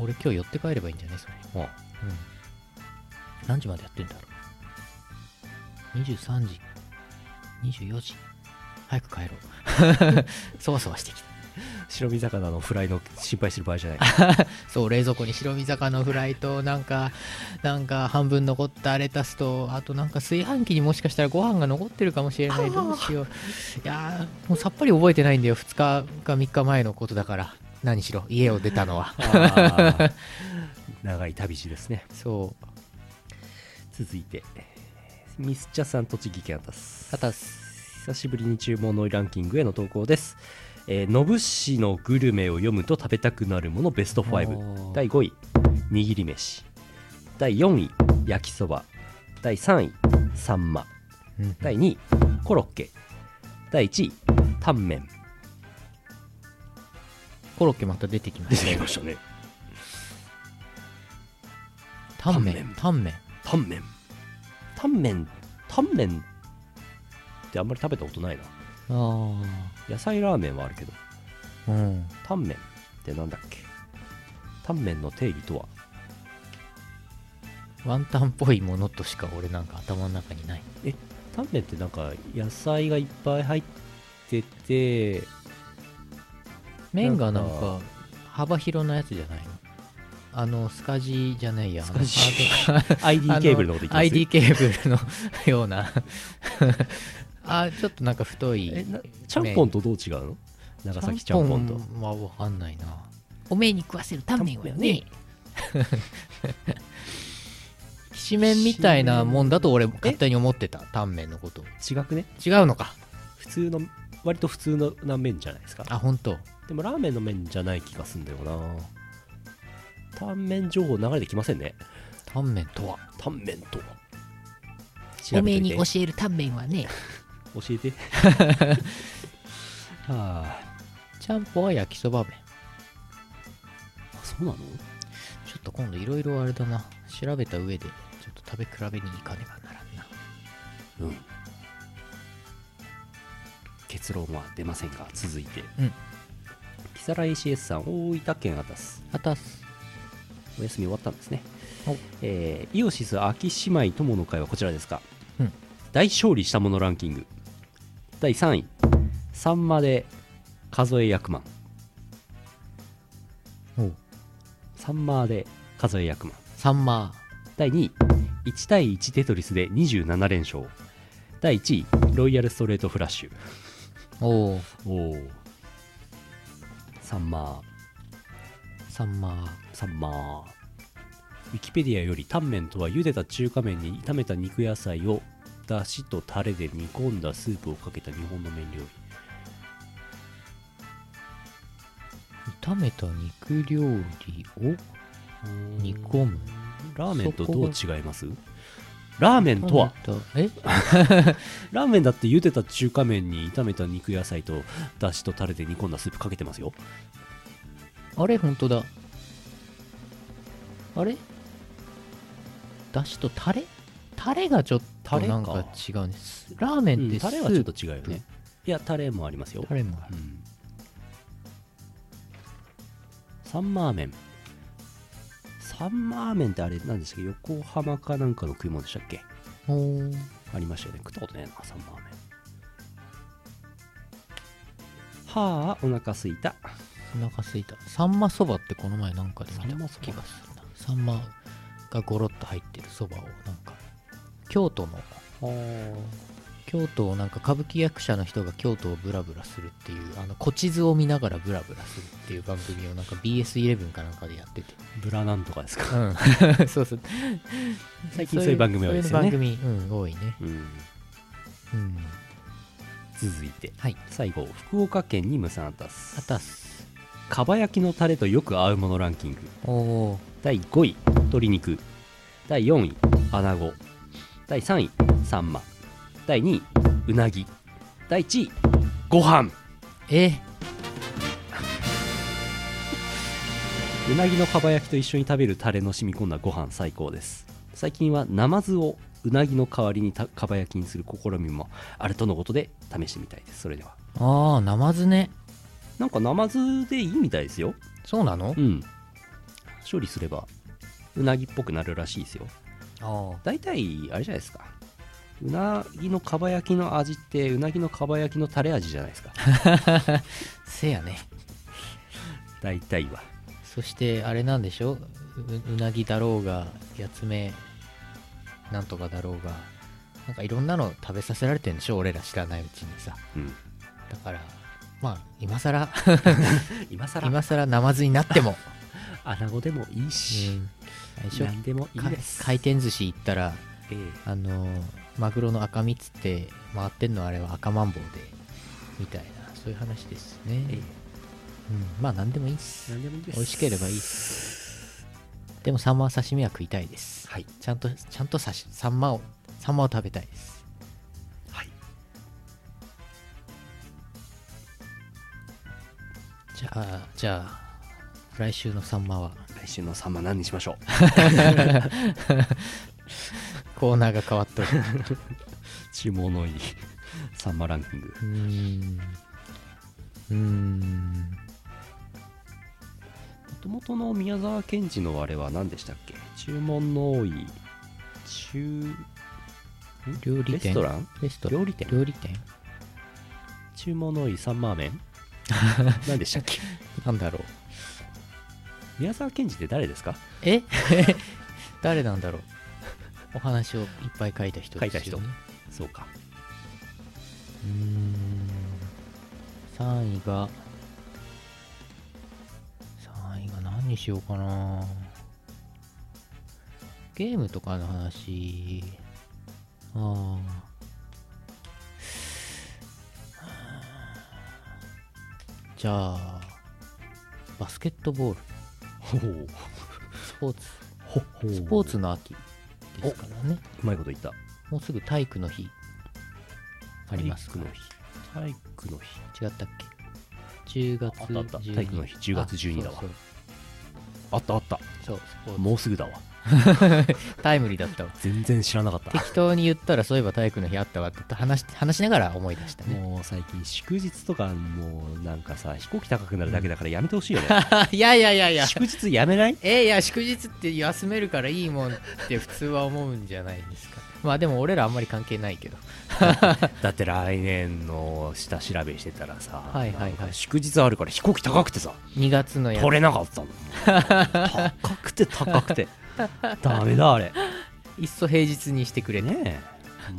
A: お
B: 俺今日寄って帰ればいいんじゃないそれ
A: あ
B: うん何時までやってんだろう23時24時早く帰ろうそわそわしてきた
A: 白身魚のフライの心配してる場合じゃない
B: そう冷蔵庫に白身魚のフライとなんかなんか半分残ったレタスとあとなんか炊飯器にもしかしたらご飯が残ってるかもしれないどうしよういやーもうさっぱり覚えてないんだよ2日か3日前のことだから何しろ家を出たの (laughs) は
A: (laughs) あー (laughs) 長い旅路ですね
B: そう
A: 続いてミスチャさん栃木県あたす
B: あたす
A: 久しぶりに注文の多いランキングへの投稿ですえー野武市のグルメを読むと食べたくなるものベスト
B: お
A: 5
B: ー
A: 第5位握り飯第4位焼きそば第3位サンマ
B: うん
A: 第2位コロッケ第1位タンメン
B: コロッケまた出てきましたよ
A: したね
B: タンメ
A: タンメン
B: ンタンメン
A: タンメンタンメンタンメンってあんまり食べたことないな
B: あ
A: 野菜ラーメンはあるけど
B: あうん
A: タンメンってなんだっけタンメンの定義とは
B: ワンタンっぽいものとしか俺なんか頭の中にない
A: タンメンってなんか野菜がいっぱい入ってて
B: 麺がなん
A: なん
B: か幅広なやつじゃないのあのスカジーじゃないや
A: スカジ
B: あのあ
A: ID
B: あ
A: ケーブルのこと言ってます
B: ID ケーブルのような (laughs) あちょっとなんか太い
A: えなちゃんぽんとどう違うの長崎ちゃんぽんと
B: ちゃはわかんないなおめえに食わせるタンメンは
A: タンメン
B: ねきしめんみたいなもんだと俺勝手に思ってたタンメンのこと
A: 違くね
B: 違うのか
A: 普通の割と普通のな麺じゃないですか
B: あ本当
A: でもラーメンの麺じゃない気がすんだよなタンメン情報流れてきませんね
B: タンメンとは
A: タンメンとは調べといて
B: おめえに教えるタンメンはね
A: 教え (laughs) てはあ
B: ちゃんぽんは焼きそば麺
A: あそうなの
B: ちょっと今度いろいろあれだな。調べた上で、ちょっと食べ比べに行かねばならんな。
A: うん結論は出ませんが続いて、
B: うん
A: 木更井 CS さん大分県あたす
B: あたす。
A: お休み終わったんですね
B: お、
A: えーイオシス秋姉妹友の会はこちらですか、
B: うん
A: 大勝利したものランキング第3位サンマで数え役満
B: おう
A: サンマで数え役満
B: サンマ
A: 第2位1対1テトリスで27連勝第1位ロイヤルストレートフラッシュ
B: ー。おう
A: おおサンマ
B: サンマ
A: ーサンマーウィキペディアよりタンメンとは茹でた中華麺に炒めた肉野菜をだしとタレで煮込んだスープをかけた日本の麺料理
B: 炒めた肉料理を煮込む。
A: ラーメンと
B: そ
A: ど
B: こ
A: う
B: が
A: 違いますラーメンとは
B: 炒めたえ
A: ラーメンだって茹でた中華麺に炒めた肉野菜とだしとタレで煮込んだスープかけてますよ
B: あれ本当だ。あれだしとタレタレがちょっとなん
A: タレ
B: か
A: か
B: 違うんです。ラーメンっ
A: うん
B: てス
A: タ
B: ープ、
A: レはちょっと違うよねいやタレもありますよ
B: タレもあ
A: う
B: る。
A: んサンマーメンサンマーメンってあれ何でしたっけ横浜かなんかの食い物でしたっけ
B: おー
A: ありましたよね食ったことねえなサンマーメンはあお腹すいた
B: お腹すいたサンマそばってこの前なんかで見
A: サンマ
B: た
A: そば
B: 気がするなサンマがゴロッと入ってるそばをなんか京都の京都をなんか歌舞伎役者の人が京都をブラブラするっていうあの古地図を見ながらブラブラするっていう番組をなんか BS11 かなんかでやってて、
A: ブラなんとかですか
B: うん、 (laughs) そうそう
A: 最近そういう番組多いですよ
B: そう
A: ね
B: いう番組、うん、多いね、
A: うん
B: うん、
A: 続いて
B: はい
A: 最後福岡県にムサンタス
B: あたす
A: かば焼きのタレとよく合うものランキング
B: おお
A: 第5位鶏肉第4位アナゴ第3位サンマ第2位うなぎ第1位ご飯
B: え
A: うなぎのかば焼きと一緒に食べるタレの染み込んだご飯最高です最近はナマズをうなぎの代わりにたかば焼きにする試みもあるとのことで試してみたいですそれでは
B: ああナマズね
A: なんかナマズでいいみたいですよ
B: そうなの
A: うん処理すればうなぎっぽくなるらしいですよ
B: あ
A: 大体あれじゃないですかうなぎのかば焼 (laughs) きの味ってうなぎのかば焼きのタレ味じゃないですか
B: あせやね
A: 大体は
B: そしてあれなんでしょうううなぎだろうがやつめなんとかだろうがなんかいろんなの食べさせられてるんでしょ俺ら知らないうちにさ
A: うん
B: だからまあ今さら
A: 今さら
B: 今さらナマズになっても、
A: 穴子でもいいし、
B: 最初
A: 何でもいい
B: か
A: です
B: 回転寿司行ったら
A: ええ
B: あのーマグロの赤身っつって回ってんのあれは赤マンボウでみたいなそういう話ですね、
A: ええ
B: うん、まあ何でもいいっす
A: 何でもいいです
B: 美味しければいいっすでもサンマは刺身は食いたいです
A: はい
B: ちゃんとちゃんと刺しサンマをサンマを食べたいです
A: はい
B: じゃあじゃあ来週のサンマは
A: 来週のサンマ何にしましょう (laughs)
B: コーナーが変わっとる
A: 注文のいい (laughs) サンマランキング
B: うーんうーん
A: もともとの宮沢賢治のあれは何でしたっけ注文の多い中
B: 料理店
A: レストラン
B: レスト
A: 料理店
B: 料理店
A: 注文の多いサンマー (laughs) メン何でしたっけ
B: なんだろう
A: 宮沢賢治って誰ですか
B: え (laughs) 誰なんだろうお話をいっぱい書いた人です
A: 書いた
B: よね
A: 人そうか
B: うーん3位が3位が何にしようかなゲームとかの話ああじゃあバスケットボール
A: ほう
B: スポーツ
A: ほほう
B: スポーツの秋ですからね
A: うまいこと言った
B: もうすぐ体育の日ありますか
A: 体育の日体育の日
B: 違ったっけ10
A: あ
B: 月
A: ったあった
B: 12
A: 体育の日10月12だわ
B: あそう
A: あったあった
B: そうそうスポーツ
A: もうすぐだわ
B: タイムリー
A: (laughs)
B: だったわ
A: 全然知らなかった
B: 適当に言ったらそういえば体育の日あったわって話し話しながら思い出したね
A: (laughs) も
B: (laughs)
A: う最近祝日とかもうなんかさ飛行機高くなるだけだからやめてほし (laughs) いよね
B: いやいやいやいや
A: 祝日やめない
B: えーいや祝日って休めるからいいもんって普通は思うんじゃないですかまあでも俺らあんまり関係ないけど
A: (laughs) だって来年の下調べしてたらさ、
B: はいはいはい
A: なんか祝日あるから飛行機高くてさ
B: 2月のやつ
A: 取れなか (laughs) ったの高くて高くてダメだあれ
B: いっそ平日にしてくれね
A: ね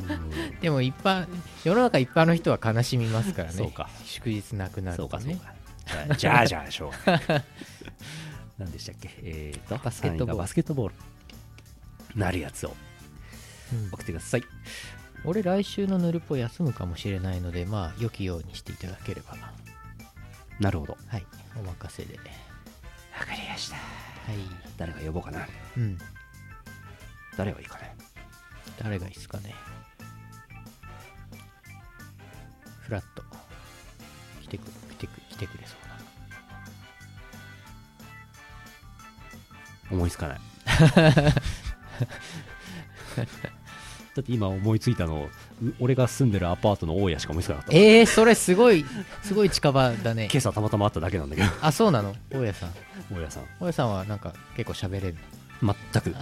A: (laughs) え、
B: でも一般世の中一般の人は悲しみますからね
A: そうか
B: 祝日なく
A: う
B: なんる
A: そう
B: と
A: かそう
B: ね
A: かじゃあじゃあじゃあしょうがない (laughs) 何でしたっけえーと
B: バスケットボ
A: 三位
B: ール
A: がバスケットボールなるやつを
B: うん
A: 送ってください
B: 俺来週のぬるぽ休むかもしれないのでまあ良きようにしていただければ
A: なるほどわ
B: はいお任せで
A: かりました
B: はい
A: 誰が呼ぼうかな
B: うん
A: 誰がいいかね
B: 誰がいいっすかねフラット来てく来てく来てくれそうな
A: 思いつ (laughs) かないだって今思いついたのう俺が住んでるアパートの大家しか思いつかな (laughs) かった
B: えー、それすごい (laughs) すごい近場だね
A: 今朝たまたま会っただけなんだけど
B: あそうなの大家さん
A: 大家さん
B: 大家さんはなんか結構喋れる
A: 全く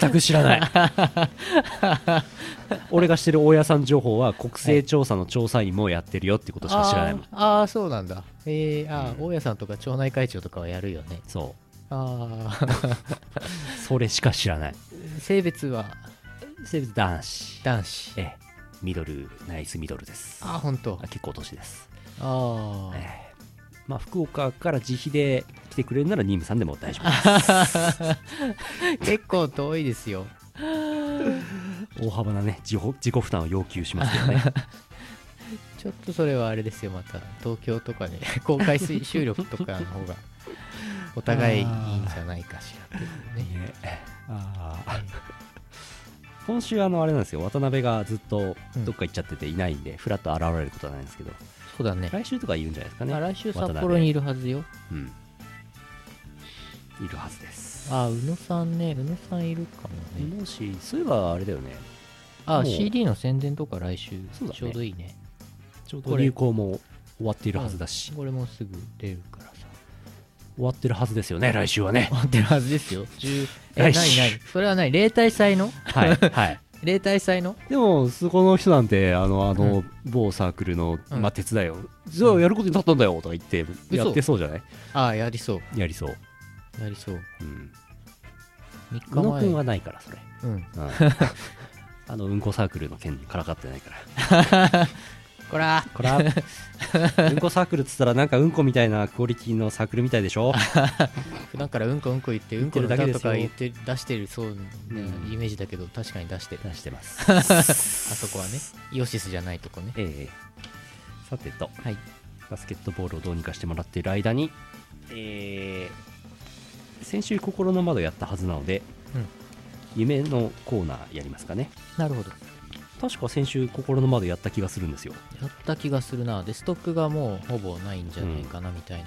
A: 全く知らない
B: (laughs)
A: 俺がしてる大家さん情報は国勢調査の調査員もやってるよってことしか知らないもん、
B: あーあーそうなんだえー、あー、
A: うん
B: 大家さんとか町内会長とかはやるよね
A: そ
B: ああ
A: うそれしか知らない
B: (laughs) 性別は
A: 性別男子
B: 男子
A: ええミドルナイスミドルです
B: ああ本当
A: あ結構年です、
B: あ
A: え
B: あ
A: えまあ福岡から自費で来てくれるなら任務さんでも大丈夫です
B: 結構遠いですよ
A: 大幅なね自己自己負担を要求しますけどね
B: ちょっとそれはあれですよまた東京とかで (laughs) 公開水収録とかの方がお互いいいんじゃないかしらっていうね
A: ねああ今週あのあれなんですよ渡辺がずっと
B: うん
A: どっか行っちゃってていないんで、ふらっと現れることはないんですけど
B: そうだね
A: 来週とかいるんじゃないですかね
B: あ来週札幌にいるはずよ
A: うんいるはずです
B: ああ宇野さんね宇野さんいるかもね
A: もしそういえばあれだよね
B: ああ
A: もう
B: CD の宣伝とか来週
A: そうだね
B: ちょうどいいね
A: ちょう
B: こ
A: ど
B: れ
A: 流行も終わっているはずだし、
B: うんこれもすぐ出るからさ
A: 終わってるはずですよね来週はね
B: (laughs) 終わってるはずですよ10え
A: 来
B: ない
A: 週
B: ないそれはない例大祭の
A: はいはい
B: 例大祭の
A: でもそこの人なんてあのあの、
B: う
A: 某サークルの、
B: うん
A: まあ、手伝いを、じゃあやることになったんだよとか言ってやってそうじゃない
B: ああやりそう
A: やりそう、
B: やりそう
A: うん、
B: 3
A: 宇
B: 日
A: 野
B: 前
A: 君はないからそれ、
B: うん
A: うんあのうんこサークルの件にからかってないから
B: こら
A: こ
B: (laughs)
A: らうんこサークルっつったらなんかうんこみたいなクオリティのサークルみたいでしょ
B: 普段からうんこうんこ言ってうん
A: 言ってる
B: この
A: だけ
B: 歌
A: で
B: と
A: すよ
B: か言って出してるそうな
A: うん
B: イメージだけど確かに出してる
A: 出してます
B: あ
A: あ
B: そこはねイオシスじゃないとこね
A: ええさてと
B: はい
A: バスケットボールをどうにかしてもらっている間に、えー先週心の窓やったはずなので、
B: うん
A: 夢のコーナーやりますかね
B: なるほど
A: 確か先週心の窓やった気がするんですよ
B: やった気がするなでストックがもうほぼないんじゃないかなみたいな、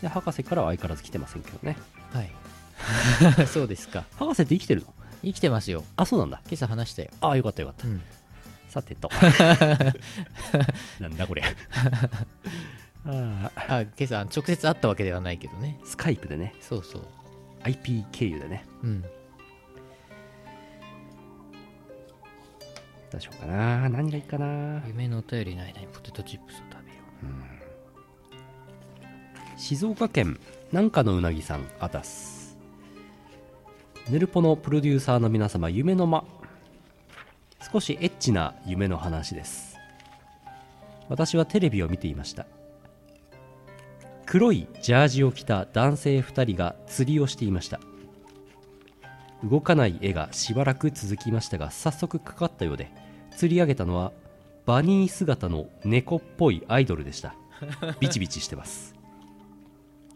A: で博士からは相変わらず来てませんけどね
B: はい (laughs) そうですか
A: 博士って生きてるの
B: 生きてますよ
A: あそうなんだ
B: 今朝話したよ、
A: ああよかったよかった
B: うん、
A: さてと (laughs) なんだこれ (laughs) ああ
B: あ今朝直接会ったわけではないけどね
A: スカイプでね
B: そうそう
A: IP 経由でね
B: うん
A: どうしようかな何がいいかな
B: 夢のお便りの間にポテトチップスを食べよ
A: 静岡県南下のうなぎさんあたすぬるぽのプロデューサーの皆様夢の間少しエッチな夢の話です私はテレビを見ていました黒いジャージを着た男性2人が釣りをしていました動かない絵がしばらく続きましたが早速かかったようで釣り上げたのはバニー姿の猫っぽいアイドルでしたビチビチしてます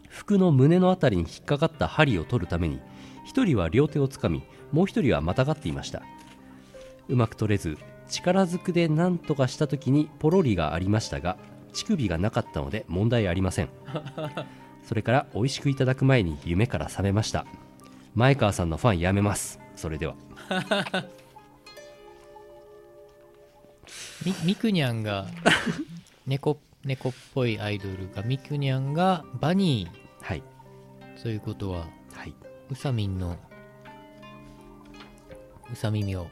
A: 服の胸のあたりに引っかかった針を取るために一人は両手をつかみもう一人はまたがっていましたうまく取れず力ずくで何とかした時にポロリがありましたが乳首がなかったので問題ありませんそれから美味しくいただく前に夢から覚めました前川さんのファンやめますそれでは
B: うみみくにゃん (laughs) が猫猫っぽいアイドルがみくにゃんがバニー
A: はい
B: ということは
A: はい、
B: うさみんのうさ耳を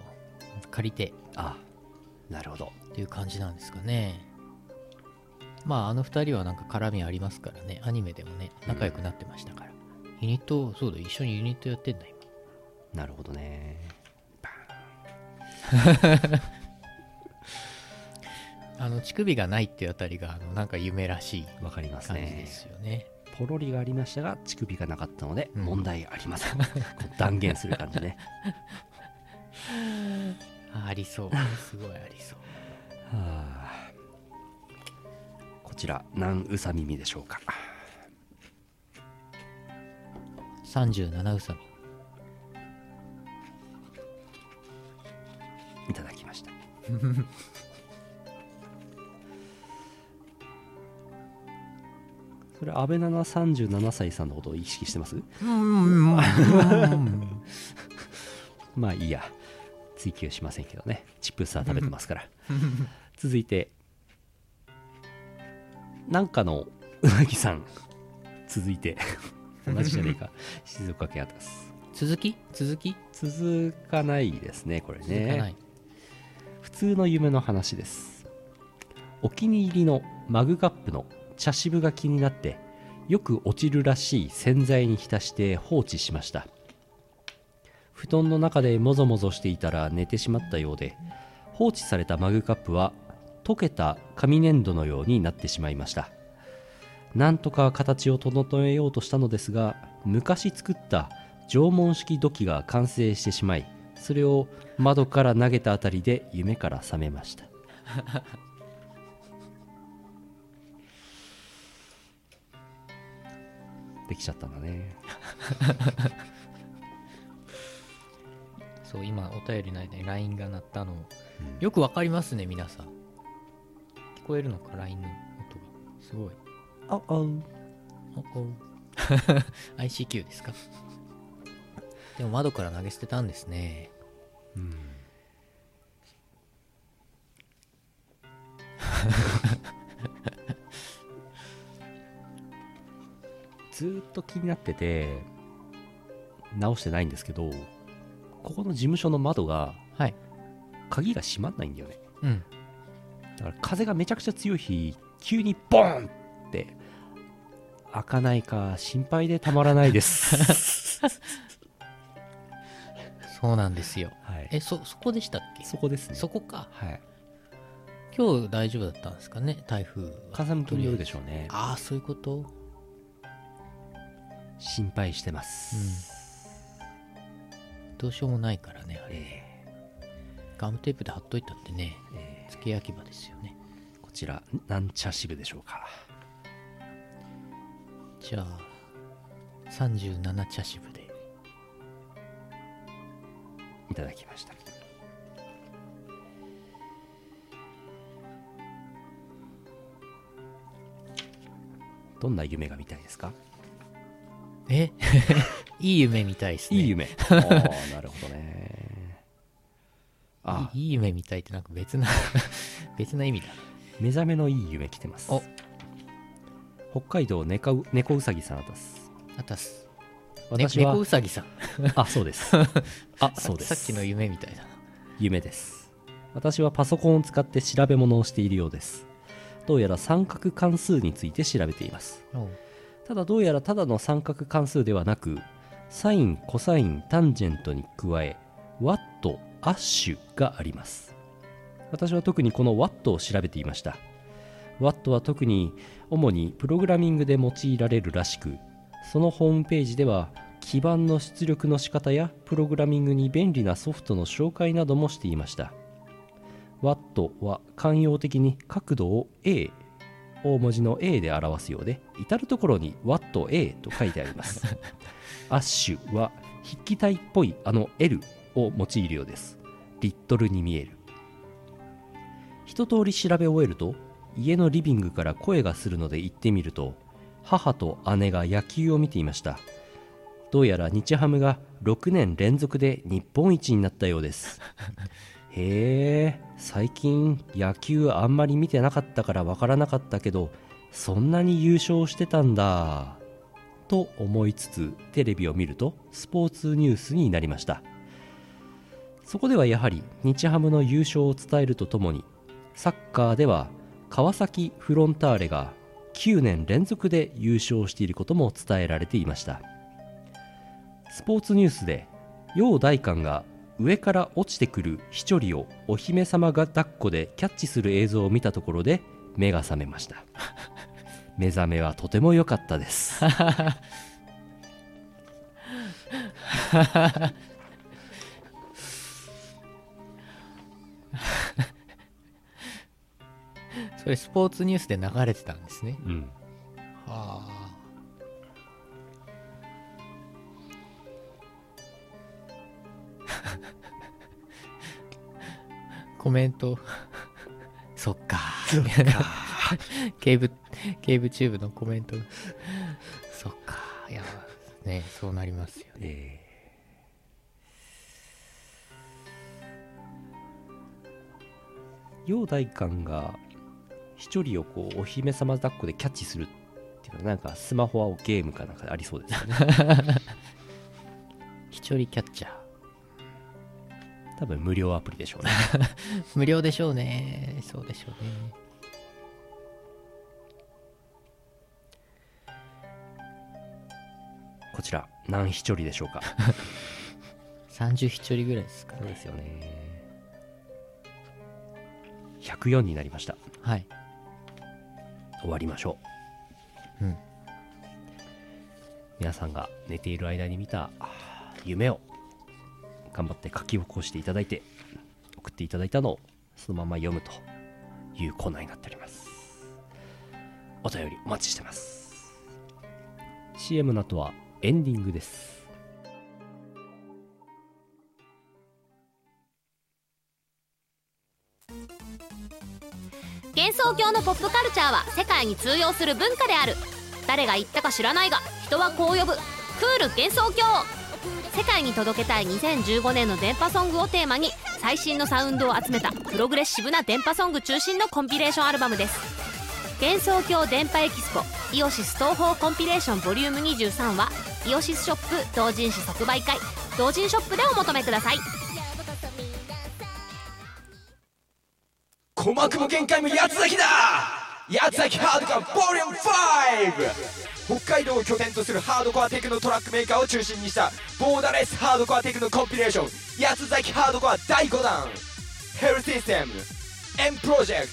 B: 借りて
A: ああなるほど
B: っていう感じなんですかねまああの2人はなんか絡みありますからねアニメでもね仲良くなってましたから、ユニットそうだ一緒にユニットやってんだ今
A: なるほどね
B: あの乳首がないっていうあたりがあのなんか夢らしい
A: わかります
B: 感じ
A: ね
B: ですよね
A: ポロリがありましたが乳首がなかったので
B: うん
A: 問題ありません、こ (laughs) う断言する感じね
B: あありそう (laughs) すごいありそう
A: はあこちら何うさ耳でしょうか
B: 37うさみ
A: いただきました (laughs) それ安倍七37歳さんのことを意識してます (laughs) まあいいや追求しませんけどねチップスは食べてますから続いてなんかのうなぎさん続い (laughs) て同じじゃねえか静岡県あたす
B: 続き続き
A: 続かないですねこれね
B: 続かない、
A: 普通の夢の話ですお気に入りのマグカップの茶渋が気になってよく落ちるらしい洗剤に浸して放置しました布団の中でもぞもぞしていたら寝てしまったようで放置されたマグカップは溶けた紙粘土のようになってしまいましたなんとか形を整えようとしたのですが昔作った縄文式土器が完成してしまいそれを窓から投げたあたりで夢から覚めました (laughs) できちゃったんだね
B: そう今お便りの間に LINE が鳴ったのをよくわかりますね皆さん聞こえるのか LINE の音がすごい
A: ああう
B: (laughs) ICQ ですかでも窓から投げ捨てたんですね
A: ずーっと気になってて直してないんですけどここの事務所の窓が
B: はい
A: 鍵が閉まんないんだよね
B: うん
A: だから風がめちゃくちゃ強い日急にボーンって開かないか心配でたまらないです
B: (laughs) そうなんですよ
A: はい
B: えそそこでしたっけ
A: そこですね
B: そこか
A: はい
B: 今日大丈夫だったんですかね台風は
A: 風向きによるでしょうね
B: ああそういうこと
A: 心配してます、
B: どうしようもないからねあれ
A: え
B: ガムテープで貼っといたってね
A: ーえ
B: 付け焼き場ですよね
A: ーこちらなんちゃ支部でしょうか
B: じゃあ37茶渋で
A: いただきましたどんな夢が見たいですか、
B: え (laughs) いい夢みたいですね
A: いい夢あーなるほどねあ
B: いいい夢みたいってなんか別な (laughs) 別な意味だ
A: 目覚めのいい夢来てます
B: お
A: 北海道猫う猫うさぎさんあたす
B: あたす、ね、
A: 私は、
B: 猫うさぎさん
A: (laughs) あそうですあ
B: さ
A: そうです
B: さっきの夢みたいだな
A: 夢です私はパソコンを使って調べ物をしているようですどうやら三角関数について調べています
B: お
A: ただどうやらただの三角関数ではなくサインコサインタンジェントに加えワットアッシュがあります私は特にこのワットを調べていましたワットは特に主にプログラミングで用いられるらしくそのホームページでは基板の出力の仕方やプログラミングに便利なソフトの紹介などもしていましたワットは慣用的に角度を A 大文字の A で表すようで至る所に WattA と書いてありますアッシュは筆記体っぽいあの L を用いるようですリットルに見える一通り調べ終えると家のリビングから声がするので行ってみると母と姉が野球を見ていましたどうやら日ハムが6年連続で日本一になったようですへえ最近野球あんまり見てなかったからわからなかったけどそんなに優勝してたんだと思いつつテレビを見るとスポーツニュースになりましたそこではやはり日ハムの優勝を伝えるとともにサッカーでは川崎フロンターレが9年連続で優勝していることも伝えられていましたスポーツニュースで楊大官が上から落ちてくる飛距離をお姫様が抱っこでキャッチする映像を見たところで目が覚めました (laughs) 目覚めはとても良かったです
B: それスポーツニュースで流れてたんですね
A: (laughs) うん
B: はあ (laughs) コメントそっか (laughs) ケーブケーブチューブのコメントそっかいやねそうなりますよね
A: えー、陽大官が飛距離をこうお姫様抱っこでキャッチするっていうかなんかスマホはゲームかなんかでありそうですよね
B: 飛距離キャッチャー
A: 多分無料アプリでしょうね
B: 無料でしょうねそうでしょうね
A: こちら何飛距離でしょうか
B: 30飛距離ぐらいですか
A: そうで
B: ね
A: すよね104になりました
B: はい
A: 終わりましょう、
B: うん
A: 皆さんが寝ている間に見たあー夢を頑張って書き起こしていただいて送っていただいたのをそのまま読むというコーナーになっておりますお便りお待ちしてます CM の後はエンディングです
C: 幻想郷のポップカルチャーは世界に通用する文化である誰が言ったか知らないが人はこう呼ぶクール幻想郷世界に届けたい2015年の電波ソングをテーマに最新のサウンドを集めたプログレッシブな電波ソング中心のコンピレーションアルバムです幻想郷電波エキスポイオシス東方コンピレーションボリューム23はイオシスショップ同人誌即売会同人ショップでお求めください
D: 鼓膜も限界も八つ崎だ八つ崎ハードコアボリューム5北海道を拠点とするハードコアテクノトラックメーカーを中心にしたボーダーレスハードコアテクノコンピレーション八つ崎ハードコア第5弾ヘルシステム M プロジェク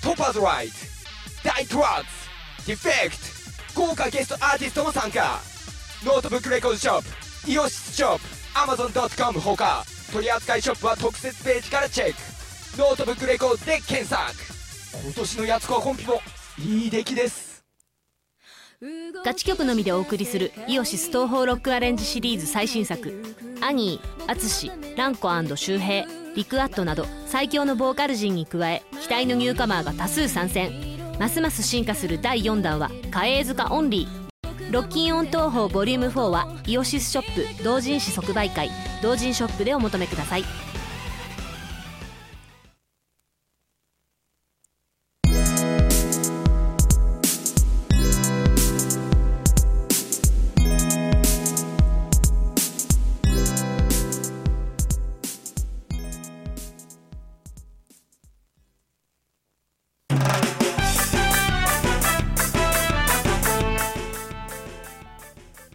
D: トトパズライト大トラックスディフェクト豪華ゲストアーティストも参加ノートブックレコードショップイオシスショップ Amazon.com ほか取扱いショップは特設ページからチェックノートブックレコードで検索今年のやつこはコンピもいい出来です
E: ガチ曲のみでお送りするイオシス東方ロックアレンジシリーズ最新作「アニー」「アツシ」「ランコ周平」「リクアット」など最強のボーカル陣に加え期待のニューカマーが多数参戦ますます進化する第4弾は「カエー塚オンリー」ロッキンオン東方ボリューム4はイオシスショップ同人誌即売会同人ショップでお求めください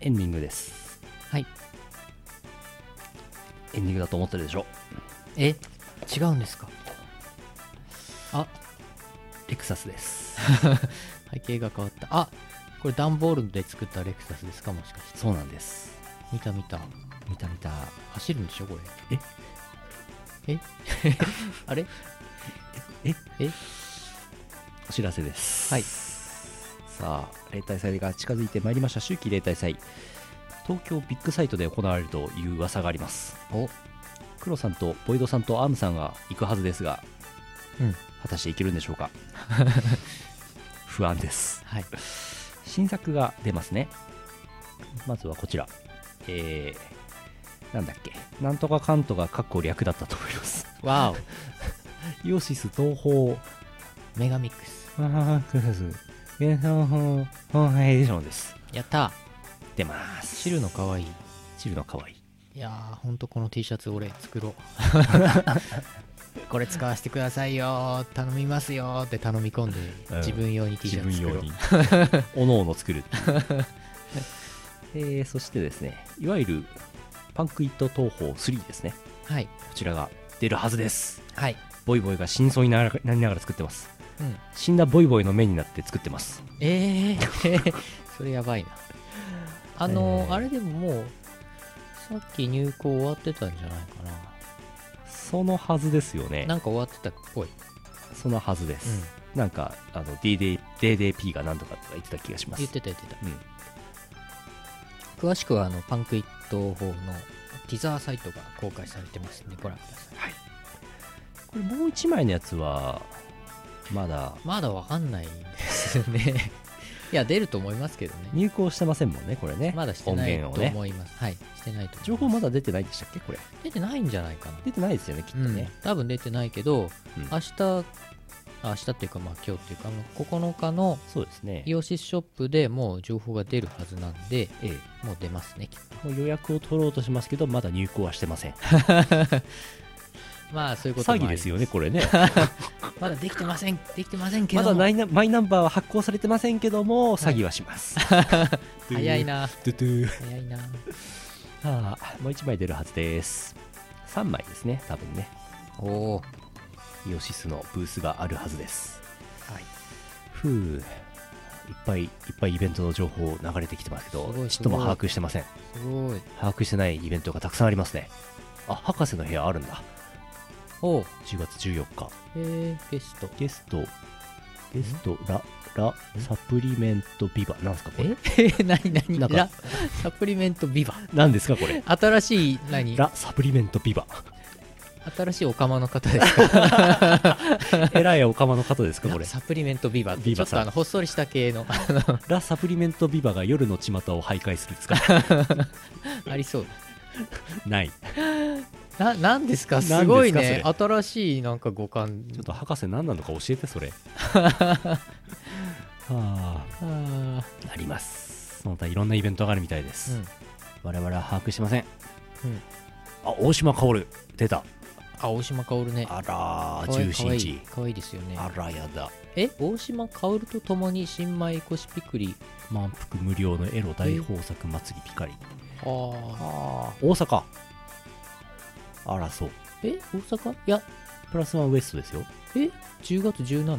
A: エンディングです
B: はい
A: エンディングだと思ってるでしょ
B: え違うんですかあ
A: レクサスです
B: (laughs) 背景が変わったあこれ段ボールで作ったレクサスですかもしかして
A: そうなんです
B: 見た見た
A: 見た見た
B: 走るんでしょこ
A: え
B: れえ (laughs) あれ
A: え
B: え
A: お知らせです
B: はい
A: さあ例大祭が近づいてまいりました秋季例大祭東京ビッグサイトで行われるという噂があります
B: お
A: 黒さんとボイドさんとアームさんが行くはずですが、
B: うん
A: 果たして行けるんでしょう
B: (laughs)
A: か不安です
B: はい
A: 新作が出ますねまずはこちらえー、なんだっけなんとかかんとかかっこ略だったと思います
B: わ
A: イオシス東方
B: おメガミックス
A: あークラス幻想法本編エディションです
B: やった
A: 出ます
B: 知るのかわいい
A: チルの可愛い
B: いやーほんとこの T シャツ俺
A: (laughs)
B: 作ろうこれ使わせてくださいよー頼みますよーって頼み込んで、
A: うん
B: 自分用に T シ
A: 自
B: ャツ
A: 分
B: 作ろう
A: 用におのおの (laughs) 作るっていうえーそしてですねいわゆるパンクイット東宝3ですね
B: はい
A: こちらが出るはずです
B: はい
A: ボイボイが真相になりなりながら作ってます
B: うん
A: 死んだボイボイの目になって作ってます
B: ええー、 (laughs) それやばいな。あの、
A: えー
B: あれでももう、さっき入稿終わってたんじゃないか
A: そのはずですよね
B: な。なんか終わってたっぽい。
A: そのはずです、なんかあの DD DDP が何とかとか言ってた気がします
B: 言ってた言ってた。
A: うん
B: 詳しくは、あの、パンクイット法のティザーサイトが公開されてますんで、ご覧ください。
A: これもう1枚のやつはまだ
B: まだわかんないんですよ
A: (laughs)
B: ね。いや、出ると思いますけどね。
A: 入稿してませんもんねこれね
B: まだしてないと
A: 音源をね
B: 思います。はい、してないと思います。
A: 情報まだ出てないんでしたっけこれ
B: 出てないんじゃないかな。
A: 出てないですよねきっと
B: うん
A: ね、
B: 多分出てないけど、
A: うん
B: 明日あ明日っていうかまあ今日っていうかあの9日の
A: そうですね
B: イオシスショップでもう情報が出るはずなんで
A: ええ
B: もう出ますねきっと
A: もう予約を取ろうとしますけどまだ入稿はしてません
B: まあそういうこともあ
A: 詐
B: り
A: 欺ですよねこれね
B: (laughs) まだできてませんできてませんけ
A: ま
B: ども
A: だナイナマイナンバーは発行されてませんけども詐欺はします、
B: (laughs) 早いな
A: トゥトゥ
B: 早いな
A: はあもう1枚出るはずです3枚ですね多分ね
B: おお
A: イオシスのブースがあるはずです
B: はい
A: ふういっぱいいっぱいイベントの情報流れてきてますけど
B: すごい
A: ちっとも
B: すごい
A: 把握してません
B: すごい
A: 把握してないイベントがたくさんありますねあ博士の部屋あるんだ
B: おお
A: 10月14日
B: えー、ゲスト
A: ゲストゲストララサプリメントビバなんですかこれ
B: え (laughs) 何何
A: なんか
B: ラサプリメントビバ
A: なんですかこれ
B: 新しい何
A: ラサプリメントビバ
B: 新しいおかまの方ですか
A: (laughs) えらいお釜の方です (laughs) かこれ
B: ラサプリメントビバ
A: ビバ
B: ちょっ
A: さん
B: とあのほっそりした系の (laughs)
A: ラサプリメントビバが夜の巷を徘徊するです (laughs) か
B: ありそう
A: ない
B: ななんですか
A: なんですか
B: すごいね
A: そ
B: 新しいなんか五感
A: ちょっと博士何なのか教えてそれ (laughs) はあ
B: あ
A: ありますその他いろんなイベントがあるみたいです、
B: ー
A: 我々は把握してません、
B: うん
A: あ大島薫出た
B: あ大島薫ね
A: あら
B: かわい
A: ー、
B: い
A: 17日。
B: かわいいですよね
A: あらやだ。
B: え大島薫と共に新米コシピクリ
A: 満腹無料のエロ大豊作祭りピカリ。あ
B: あ
A: あ、大阪。あら、そう。
B: え大阪いや
A: プラスワンウエストですよ。
B: え10月
A: う
B: 17?
A: ん。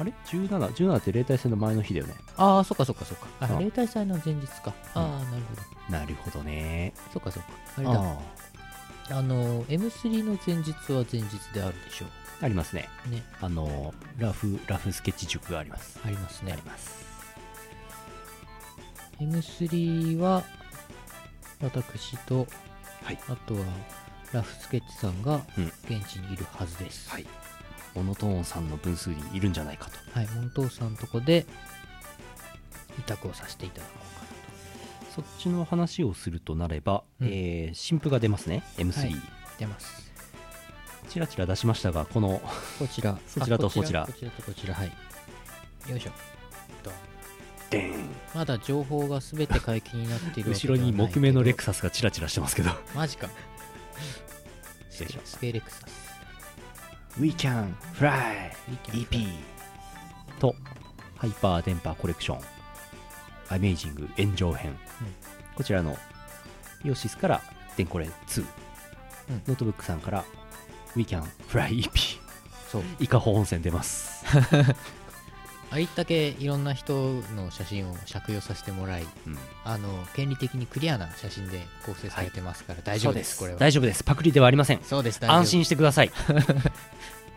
A: あれ ?17、17って例大戦の前の日だよね。
B: ああそっかそっかそっかあ
A: あ
B: 例大祭の前日か
A: うん
B: ああなるほど
A: なるほどね。
B: そっかそっかあれだ
A: あ
B: あの M3 の前日は前日であるでしょ
A: あ、ありますね。
B: うね
A: あの、ラフ、ラフスケッチ塾があります。
B: ありますね
A: あります。
B: M3 は私と、
A: はい
B: あとはラフスケッチさんが
A: うん
B: 現地にいるはずです、
A: はいモノトーンさんの分数にいるんじゃないかと。
B: はい、モントーさんのとこで委託をさせていただこうか
A: そっちの話をするとなれば、
B: うん
A: えー新譜が出ますね。M3。
B: はいな出ます
A: チラチラ出しましたが、この、
B: こちら
A: (laughs) そちらと
B: あ
A: そちら
B: こちらとこちらはいよいしょドン
A: でん
B: まだ情報が全て解禁になっているわけ
A: 後
B: では
A: ろ
B: ない
A: に
B: けど
A: 木目のレクサスがチラチラしてますけど。
B: マジか
A: (laughs) 失礼しま
B: スケレクサス
A: We Can Fly
B: いいキャンプ
A: EP とハイパー電波コレクションアメイジング炎上編、こちらのイオシスからデンコレ2、
B: うん
A: ノートブックさんから We Can Fly EP
B: そう
A: 伊香保温泉出ます
B: ありったけいろんな人の写真を借用させてもらい
A: うん
B: あの権利的にクリアな写真で構成されてますから、 (laughs) 大丈夫で
A: そ
B: す
A: う
B: これは
A: 大丈夫ですパクリではありません
B: そうです大丈夫
A: 安心してください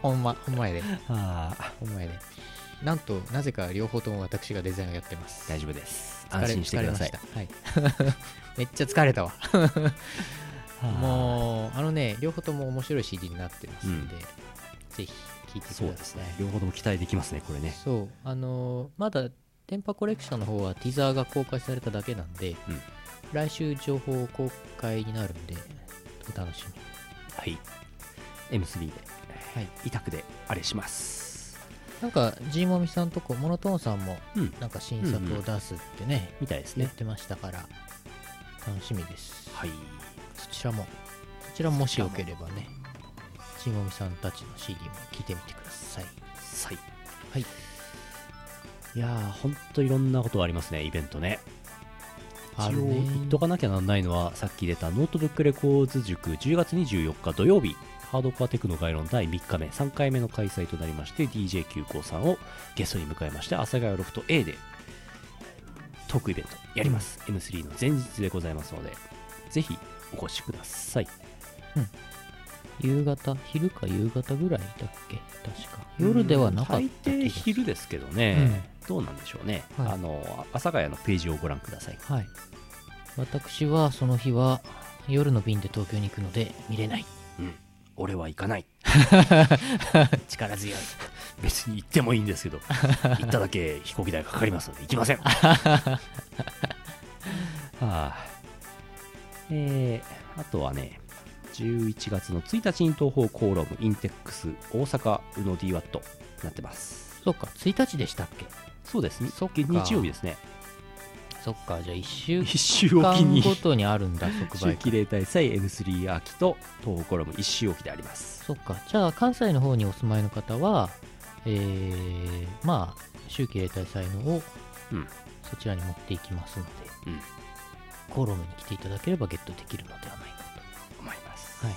B: ほんまほんまやで
A: あー
B: ほんまやでなんとなぜか両方とも私がデザインをやってます
A: 大丈夫です
B: 疲れ
A: 安心してください
B: 疲れましたはい (laughs) めっちゃ疲れたわ
A: あー
B: もうあのね両方とも面白い CD になってますんで、ぜひ聴いてくださ
A: そ
B: いう
A: ですね両方とも期待できますねこれね
B: そうあのーまだ電波コレクションの方はティザーが公開されただけなんで、
A: うん
B: 来週情報公開になるんでお楽しみ
A: はい。M3 で、
B: はい
A: 委託であれします。
B: なんか G もみさんとこモノトーンさんも
A: うん
B: なんか新作を出すってね、
A: みたいです
B: 言
A: ね
B: っ。てましたから楽しみです
A: はい。
B: そちらもそちらももしよければねちもみさんたちの CD も聞いてみてください
A: はい。
B: はい
A: いやー、ほんといろんなことありますね、イベントね。
B: あ
A: 一
B: る
A: 応、
B: ね
A: 言っとかなきゃなんないのは、さっき出たノートブックレコーズ塾、10月24日土曜日、ハードコアテクノ概論第3日目、3回目の開催となりまして、DJ953 をゲストに迎えまして、阿佐ヶ谷ロフト A で、トークイベントやります。M3 の前日でございますので、ぜひお越しください。
B: 夕方昼か夕方ぐらいだっけ確か夜ではなかった
A: 大抵昼ですけどね、どうなんでしょうね、
B: はい
A: あの阿佐ヶ谷のページをご覧ください
B: はい私はその日は夜の便で東京に行くので見れない
A: 俺は行か (laughs) ない
B: 力強い
A: 別に行ってもいいんですけ (laughs) ど行っただけ飛行機代がかかりますので行きません (laughs) はあえーあとはね11月の1日に東方コーラムインテックス大阪宇野 DW になってます
B: そっか1日でしたっけ
A: そうですね
B: そっか
A: 日曜日ですね
B: そっかじゃあ1週
A: 一周おき
B: 間
A: に
B: ごとにあるんだ即売
A: 中期
B: 会
A: 例大祭 M3 秋と東方コーラム一周おきであります
B: そっかじゃあ関西の方にお住まいの方はえー、まあ秋季例大祭のを
A: うん
B: そちらに持っていきますので、
A: うん
B: コロムに来ていただければゲットできるのではないかと
A: 思います
B: はい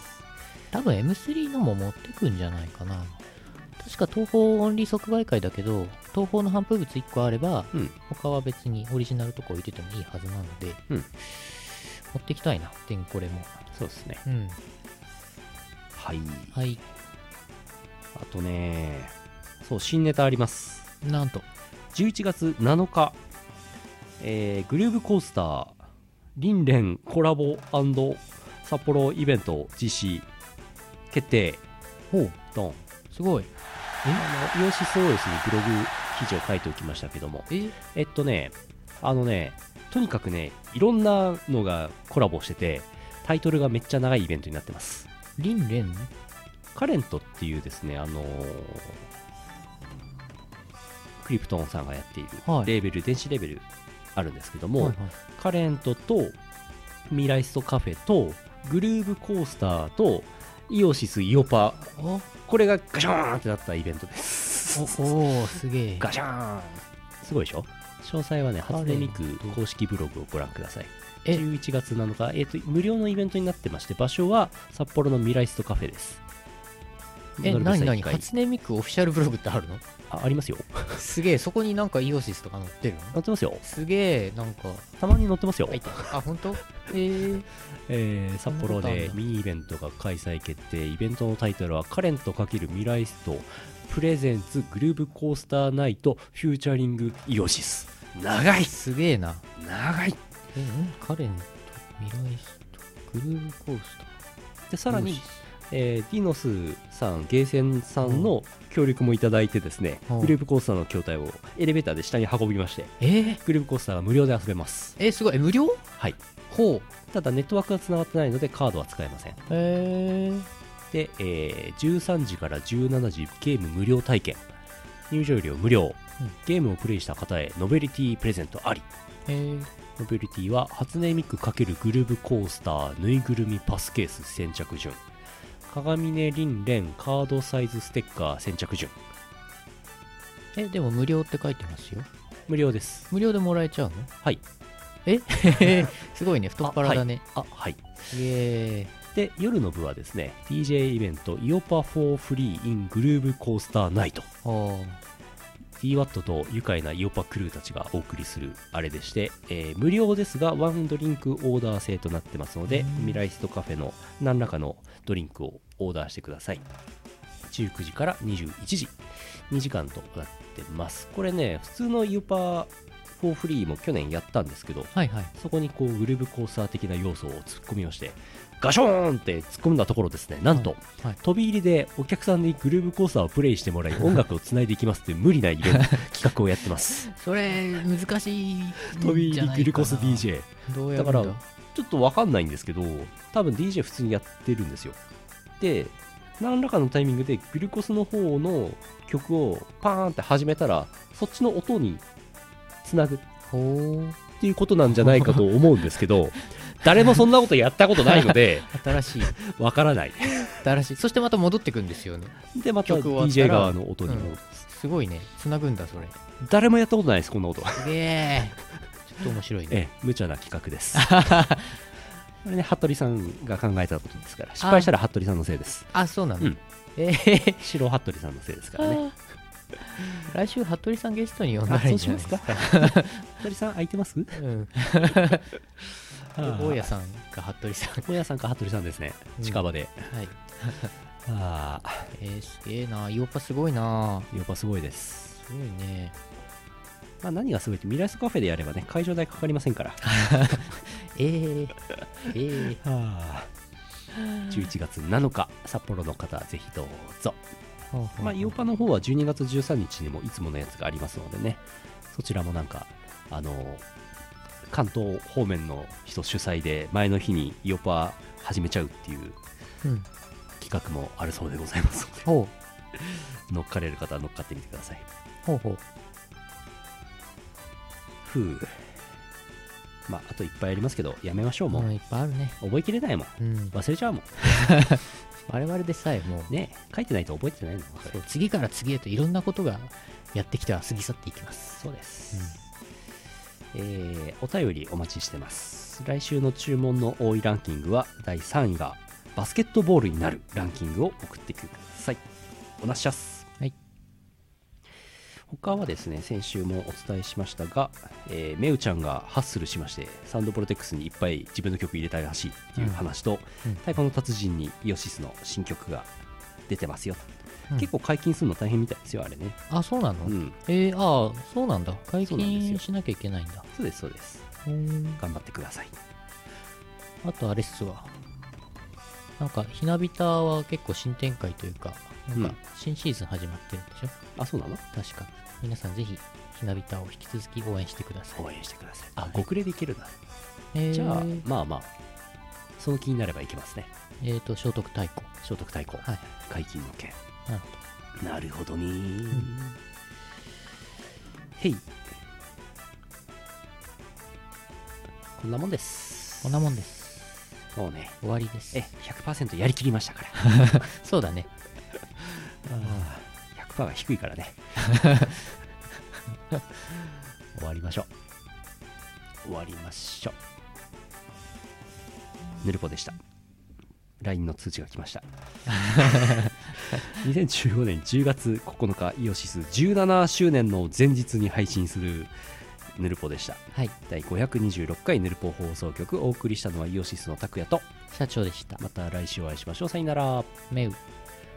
B: 多分 M3 のも持ってくんじゃないかな確か東宝オンリー即売会だけど東宝の反復物1個あれば
A: うん
B: 他は別にオリジナルとか置いててもいいはずなので、
A: うん
B: 持ってきたいなてんこれも
A: そうですね
B: うん
A: はい、
B: はい
A: あとねそう新ネタあります
B: なんと
A: 11月7日、えーグルーブコースターリンレンコラボ札幌イベント実施決定
B: おう
A: ドン
B: すごい
A: あのイオシス OS にブログ記事を書いておきましたけども
B: え
A: えっとね、あのね、とにかくね、いろんなのがコラボしてて、タイトルがめっちゃ長いイベントになってます。
B: リンレン
A: カレントっていうですね、あのークリプトンさんがやっている
B: はい
A: レーベル、電子レーベルあるんですけども、
B: はいはい
A: カレントとミライストカフェとグルーブコースターと、イオシスイオパ
B: お
A: これがガシャーンってなったイベントです
B: おおすげえ
A: ガシャーンすごいでしょ詳細はね初音ミク公式ブログをご覧ください
B: え
A: 11月7日、えーと無料のイベントになってまして場所は札幌のミライストカフェです
B: え
A: ガルベ
B: 何
A: さん
B: 何
A: 一回
B: 初音ミクオフィシャルブログってある (laughs) の
A: あありますよ
B: すげえそこになんかイオシスとか載ってるの
A: 載ってますよ
B: すげえなんか
A: たまに載ってますよ、
B: 入ってるあ本当ええ
A: えー札幌
B: そんなことあ
A: で
B: るんだ
A: ミニイベントが開催決定イベントのタイトルは「カレンとかけるミライストプレゼンツグルーブコースターナイトフューチャリングイオシス」長い
B: すげえな
A: 長い
B: えんカレンとミライストグルーヴコース
A: で
B: ター
A: さら
B: イオ
A: に
B: シ、ス
A: えーディノスさんゲーセンさんの協力もいただいてですね、
B: うん
A: グループコースターの筐体をエレベーターで下に運びまして
B: えー、
A: グループコースターが無料で遊べます
B: えすごいえ無料
A: はい
B: ほう
A: ただネットワークがつながってないのでカードは使えません
B: えー、
A: で、えー13時から17時ゲーム無料体験入場料無料、
B: うん
A: ゲームをプレイした方へノベリティプレゼントあり
B: えー、
A: ノベリティは初音ミク×グルーブコースターぬいぐるみパスケース先着順鏡音輪蓮カードサイズステッカー先着順
B: えでも無料って書いてますよ
A: 無料です
B: 無料でもらえちゃうの
A: はい
B: え (laughs) すごいね太っ腹だね、
A: あはい
B: すげえ
A: で夜の部はですね DJ イベントイオパフォーフリーイングルーブコースターナイト
B: ほ
A: DWAT と愉快なイオパクルーたちがお送りするあれでして、えー無料ですがワンドリンクオーダー制となってますので
B: うん
A: ミライストカフェの何らかのドリンクをオーダーしてください19時から21時2時間となってますこれね普通のイオパフォーフリーも去年やったんですけど
B: うはいはい
A: そこにこうグルーブコースター的な要素を突っ込みましてガショーンって突っ込んだところですねなんと、
B: はい
A: 飛び入りでお客さんにグルーブコースターをプレイしてもらい音楽をつないでいきますっていう無理なイベント
B: (laughs)
A: 企画をやってます
B: それ難しいん
A: 飛び入
B: じゃ
A: り
B: ないかな
A: グルコス DJ
B: どうや
A: だ
B: る
A: か
B: んだ
A: らちょっとわかんないんですけど多分 DJ 普通にやってるんですよで何らかのタイミングでグルコスの方の曲をパーンって始めたらそっちの音につなぐっ
B: ほう
A: ていうことなんじゃないかと思うんですけ
B: (laughs)
A: ど誰もそんなことやったことないので
B: 新しい
A: わからない。
B: 新しいそしてまた戻ってくんですよね
A: で、また
B: 曲終わったら
A: DJ 側の音に戻す。
B: すごいねつなぐんだそれす
A: 誰もやったことないです、こんな音。
B: げえちょっと面白いね
A: ええ、無茶な企画
B: (laughs)
A: です。これね、服部さんが考えたことですから、失敗したら服部さんのせいです。
B: あそうなんだ、
A: うん
B: えー、
A: 白服部さんのせいですからね。
B: 来週服部さんゲストに呼ん
A: (laughs)
B: だらいいんじゃないですか
A: あ服部さん、空いてます
B: うん
A: あー
B: 大家さんか服部さん
A: 大家さんか服部さんですね、
B: うん
A: 近場で。
B: はい
A: ああ、
B: えー、すげえなイオパすごいな
A: やっぱすごいです。
B: すごいね
A: まあ、何がすごいって、ミライスカフェでやればね、会場代かかりませんから。
B: えー、えー、
A: あー11月7日、札幌の方、ぜひどうぞ。
B: ほうほう
A: まあ、イオパの方は12月13日にもいつものやつがありますのでね、そちらもなんか、あの関東方面の人主催で、前の日にイオパ始めちゃうっていう
B: うん
A: 企画もあるそうでございます
B: (laughs)
A: ので、
B: ほ
A: 乗っかれる方は乗っかってみてください。
B: うほうほう
A: ふうまあ、あといっぱいありますけど、やめましょう、もう。
B: うんいっぱいあるね
A: 覚えきれないもん。
B: うん
A: 忘れちゃうもん。
B: 我々でさえもう
A: ね書いてないと覚えてないの。
B: そう次から次へといろんなことがやってきては過ぎ去っていきます
A: そうです、えーお便りお待ちしてます来週の注文の多いランキングは第3位がバスケットボールになるランキングを送ってくださいおなっしゃっす
B: はい
A: 他はですね先週もお伝えしましたが、えー、めうちゃんがハッスルしましてサウンドプロテックスにいっぱい自分の曲入れたらしいっていう話と、
B: うん
A: 太鼓の達人にイオシスの新曲が出てますよ、
B: うん
A: 結構解禁するの大変みたいですよあれね
B: あそうなの、
A: うん
B: えー、ああそうなんだ解
A: そうなんです
B: 禁
A: よ
B: しなきゃいけないんだ
A: そうですそうです
B: うん
A: 頑張ってください
B: あとあれっすわなんかひなびたは結構新展開というかなん
A: うん
B: か新シーズン始まってるんでしょ、
A: あそうなの
B: 確か皆さんぜひひなびたを引き続き応援してください
A: 応援してくださいあ極例でいけるな
B: えー、
A: じゃあまあまあその気になればいけますね
B: えー、と聖徳太鼓
A: 聖徳太鼓、
B: はい
A: 解禁の件
B: なる
A: なるほどねへいこんなもんです
B: こんなもんです
A: もうね
B: 終わりです
A: え100%やりきりました (laughs) から
B: そうだね
A: 100%が低いからね終わりましょう終わりましょうぬるぽでした LINE の通知が来ました2015年10月9日イオシス17周年の前日に配信するぬるぽでした
B: はい
A: 第526回ぬるぽ放送局お送りしたのはイオシスの拓也と
B: 社長でした
A: また来週お会いしましょうさよなら
B: メウ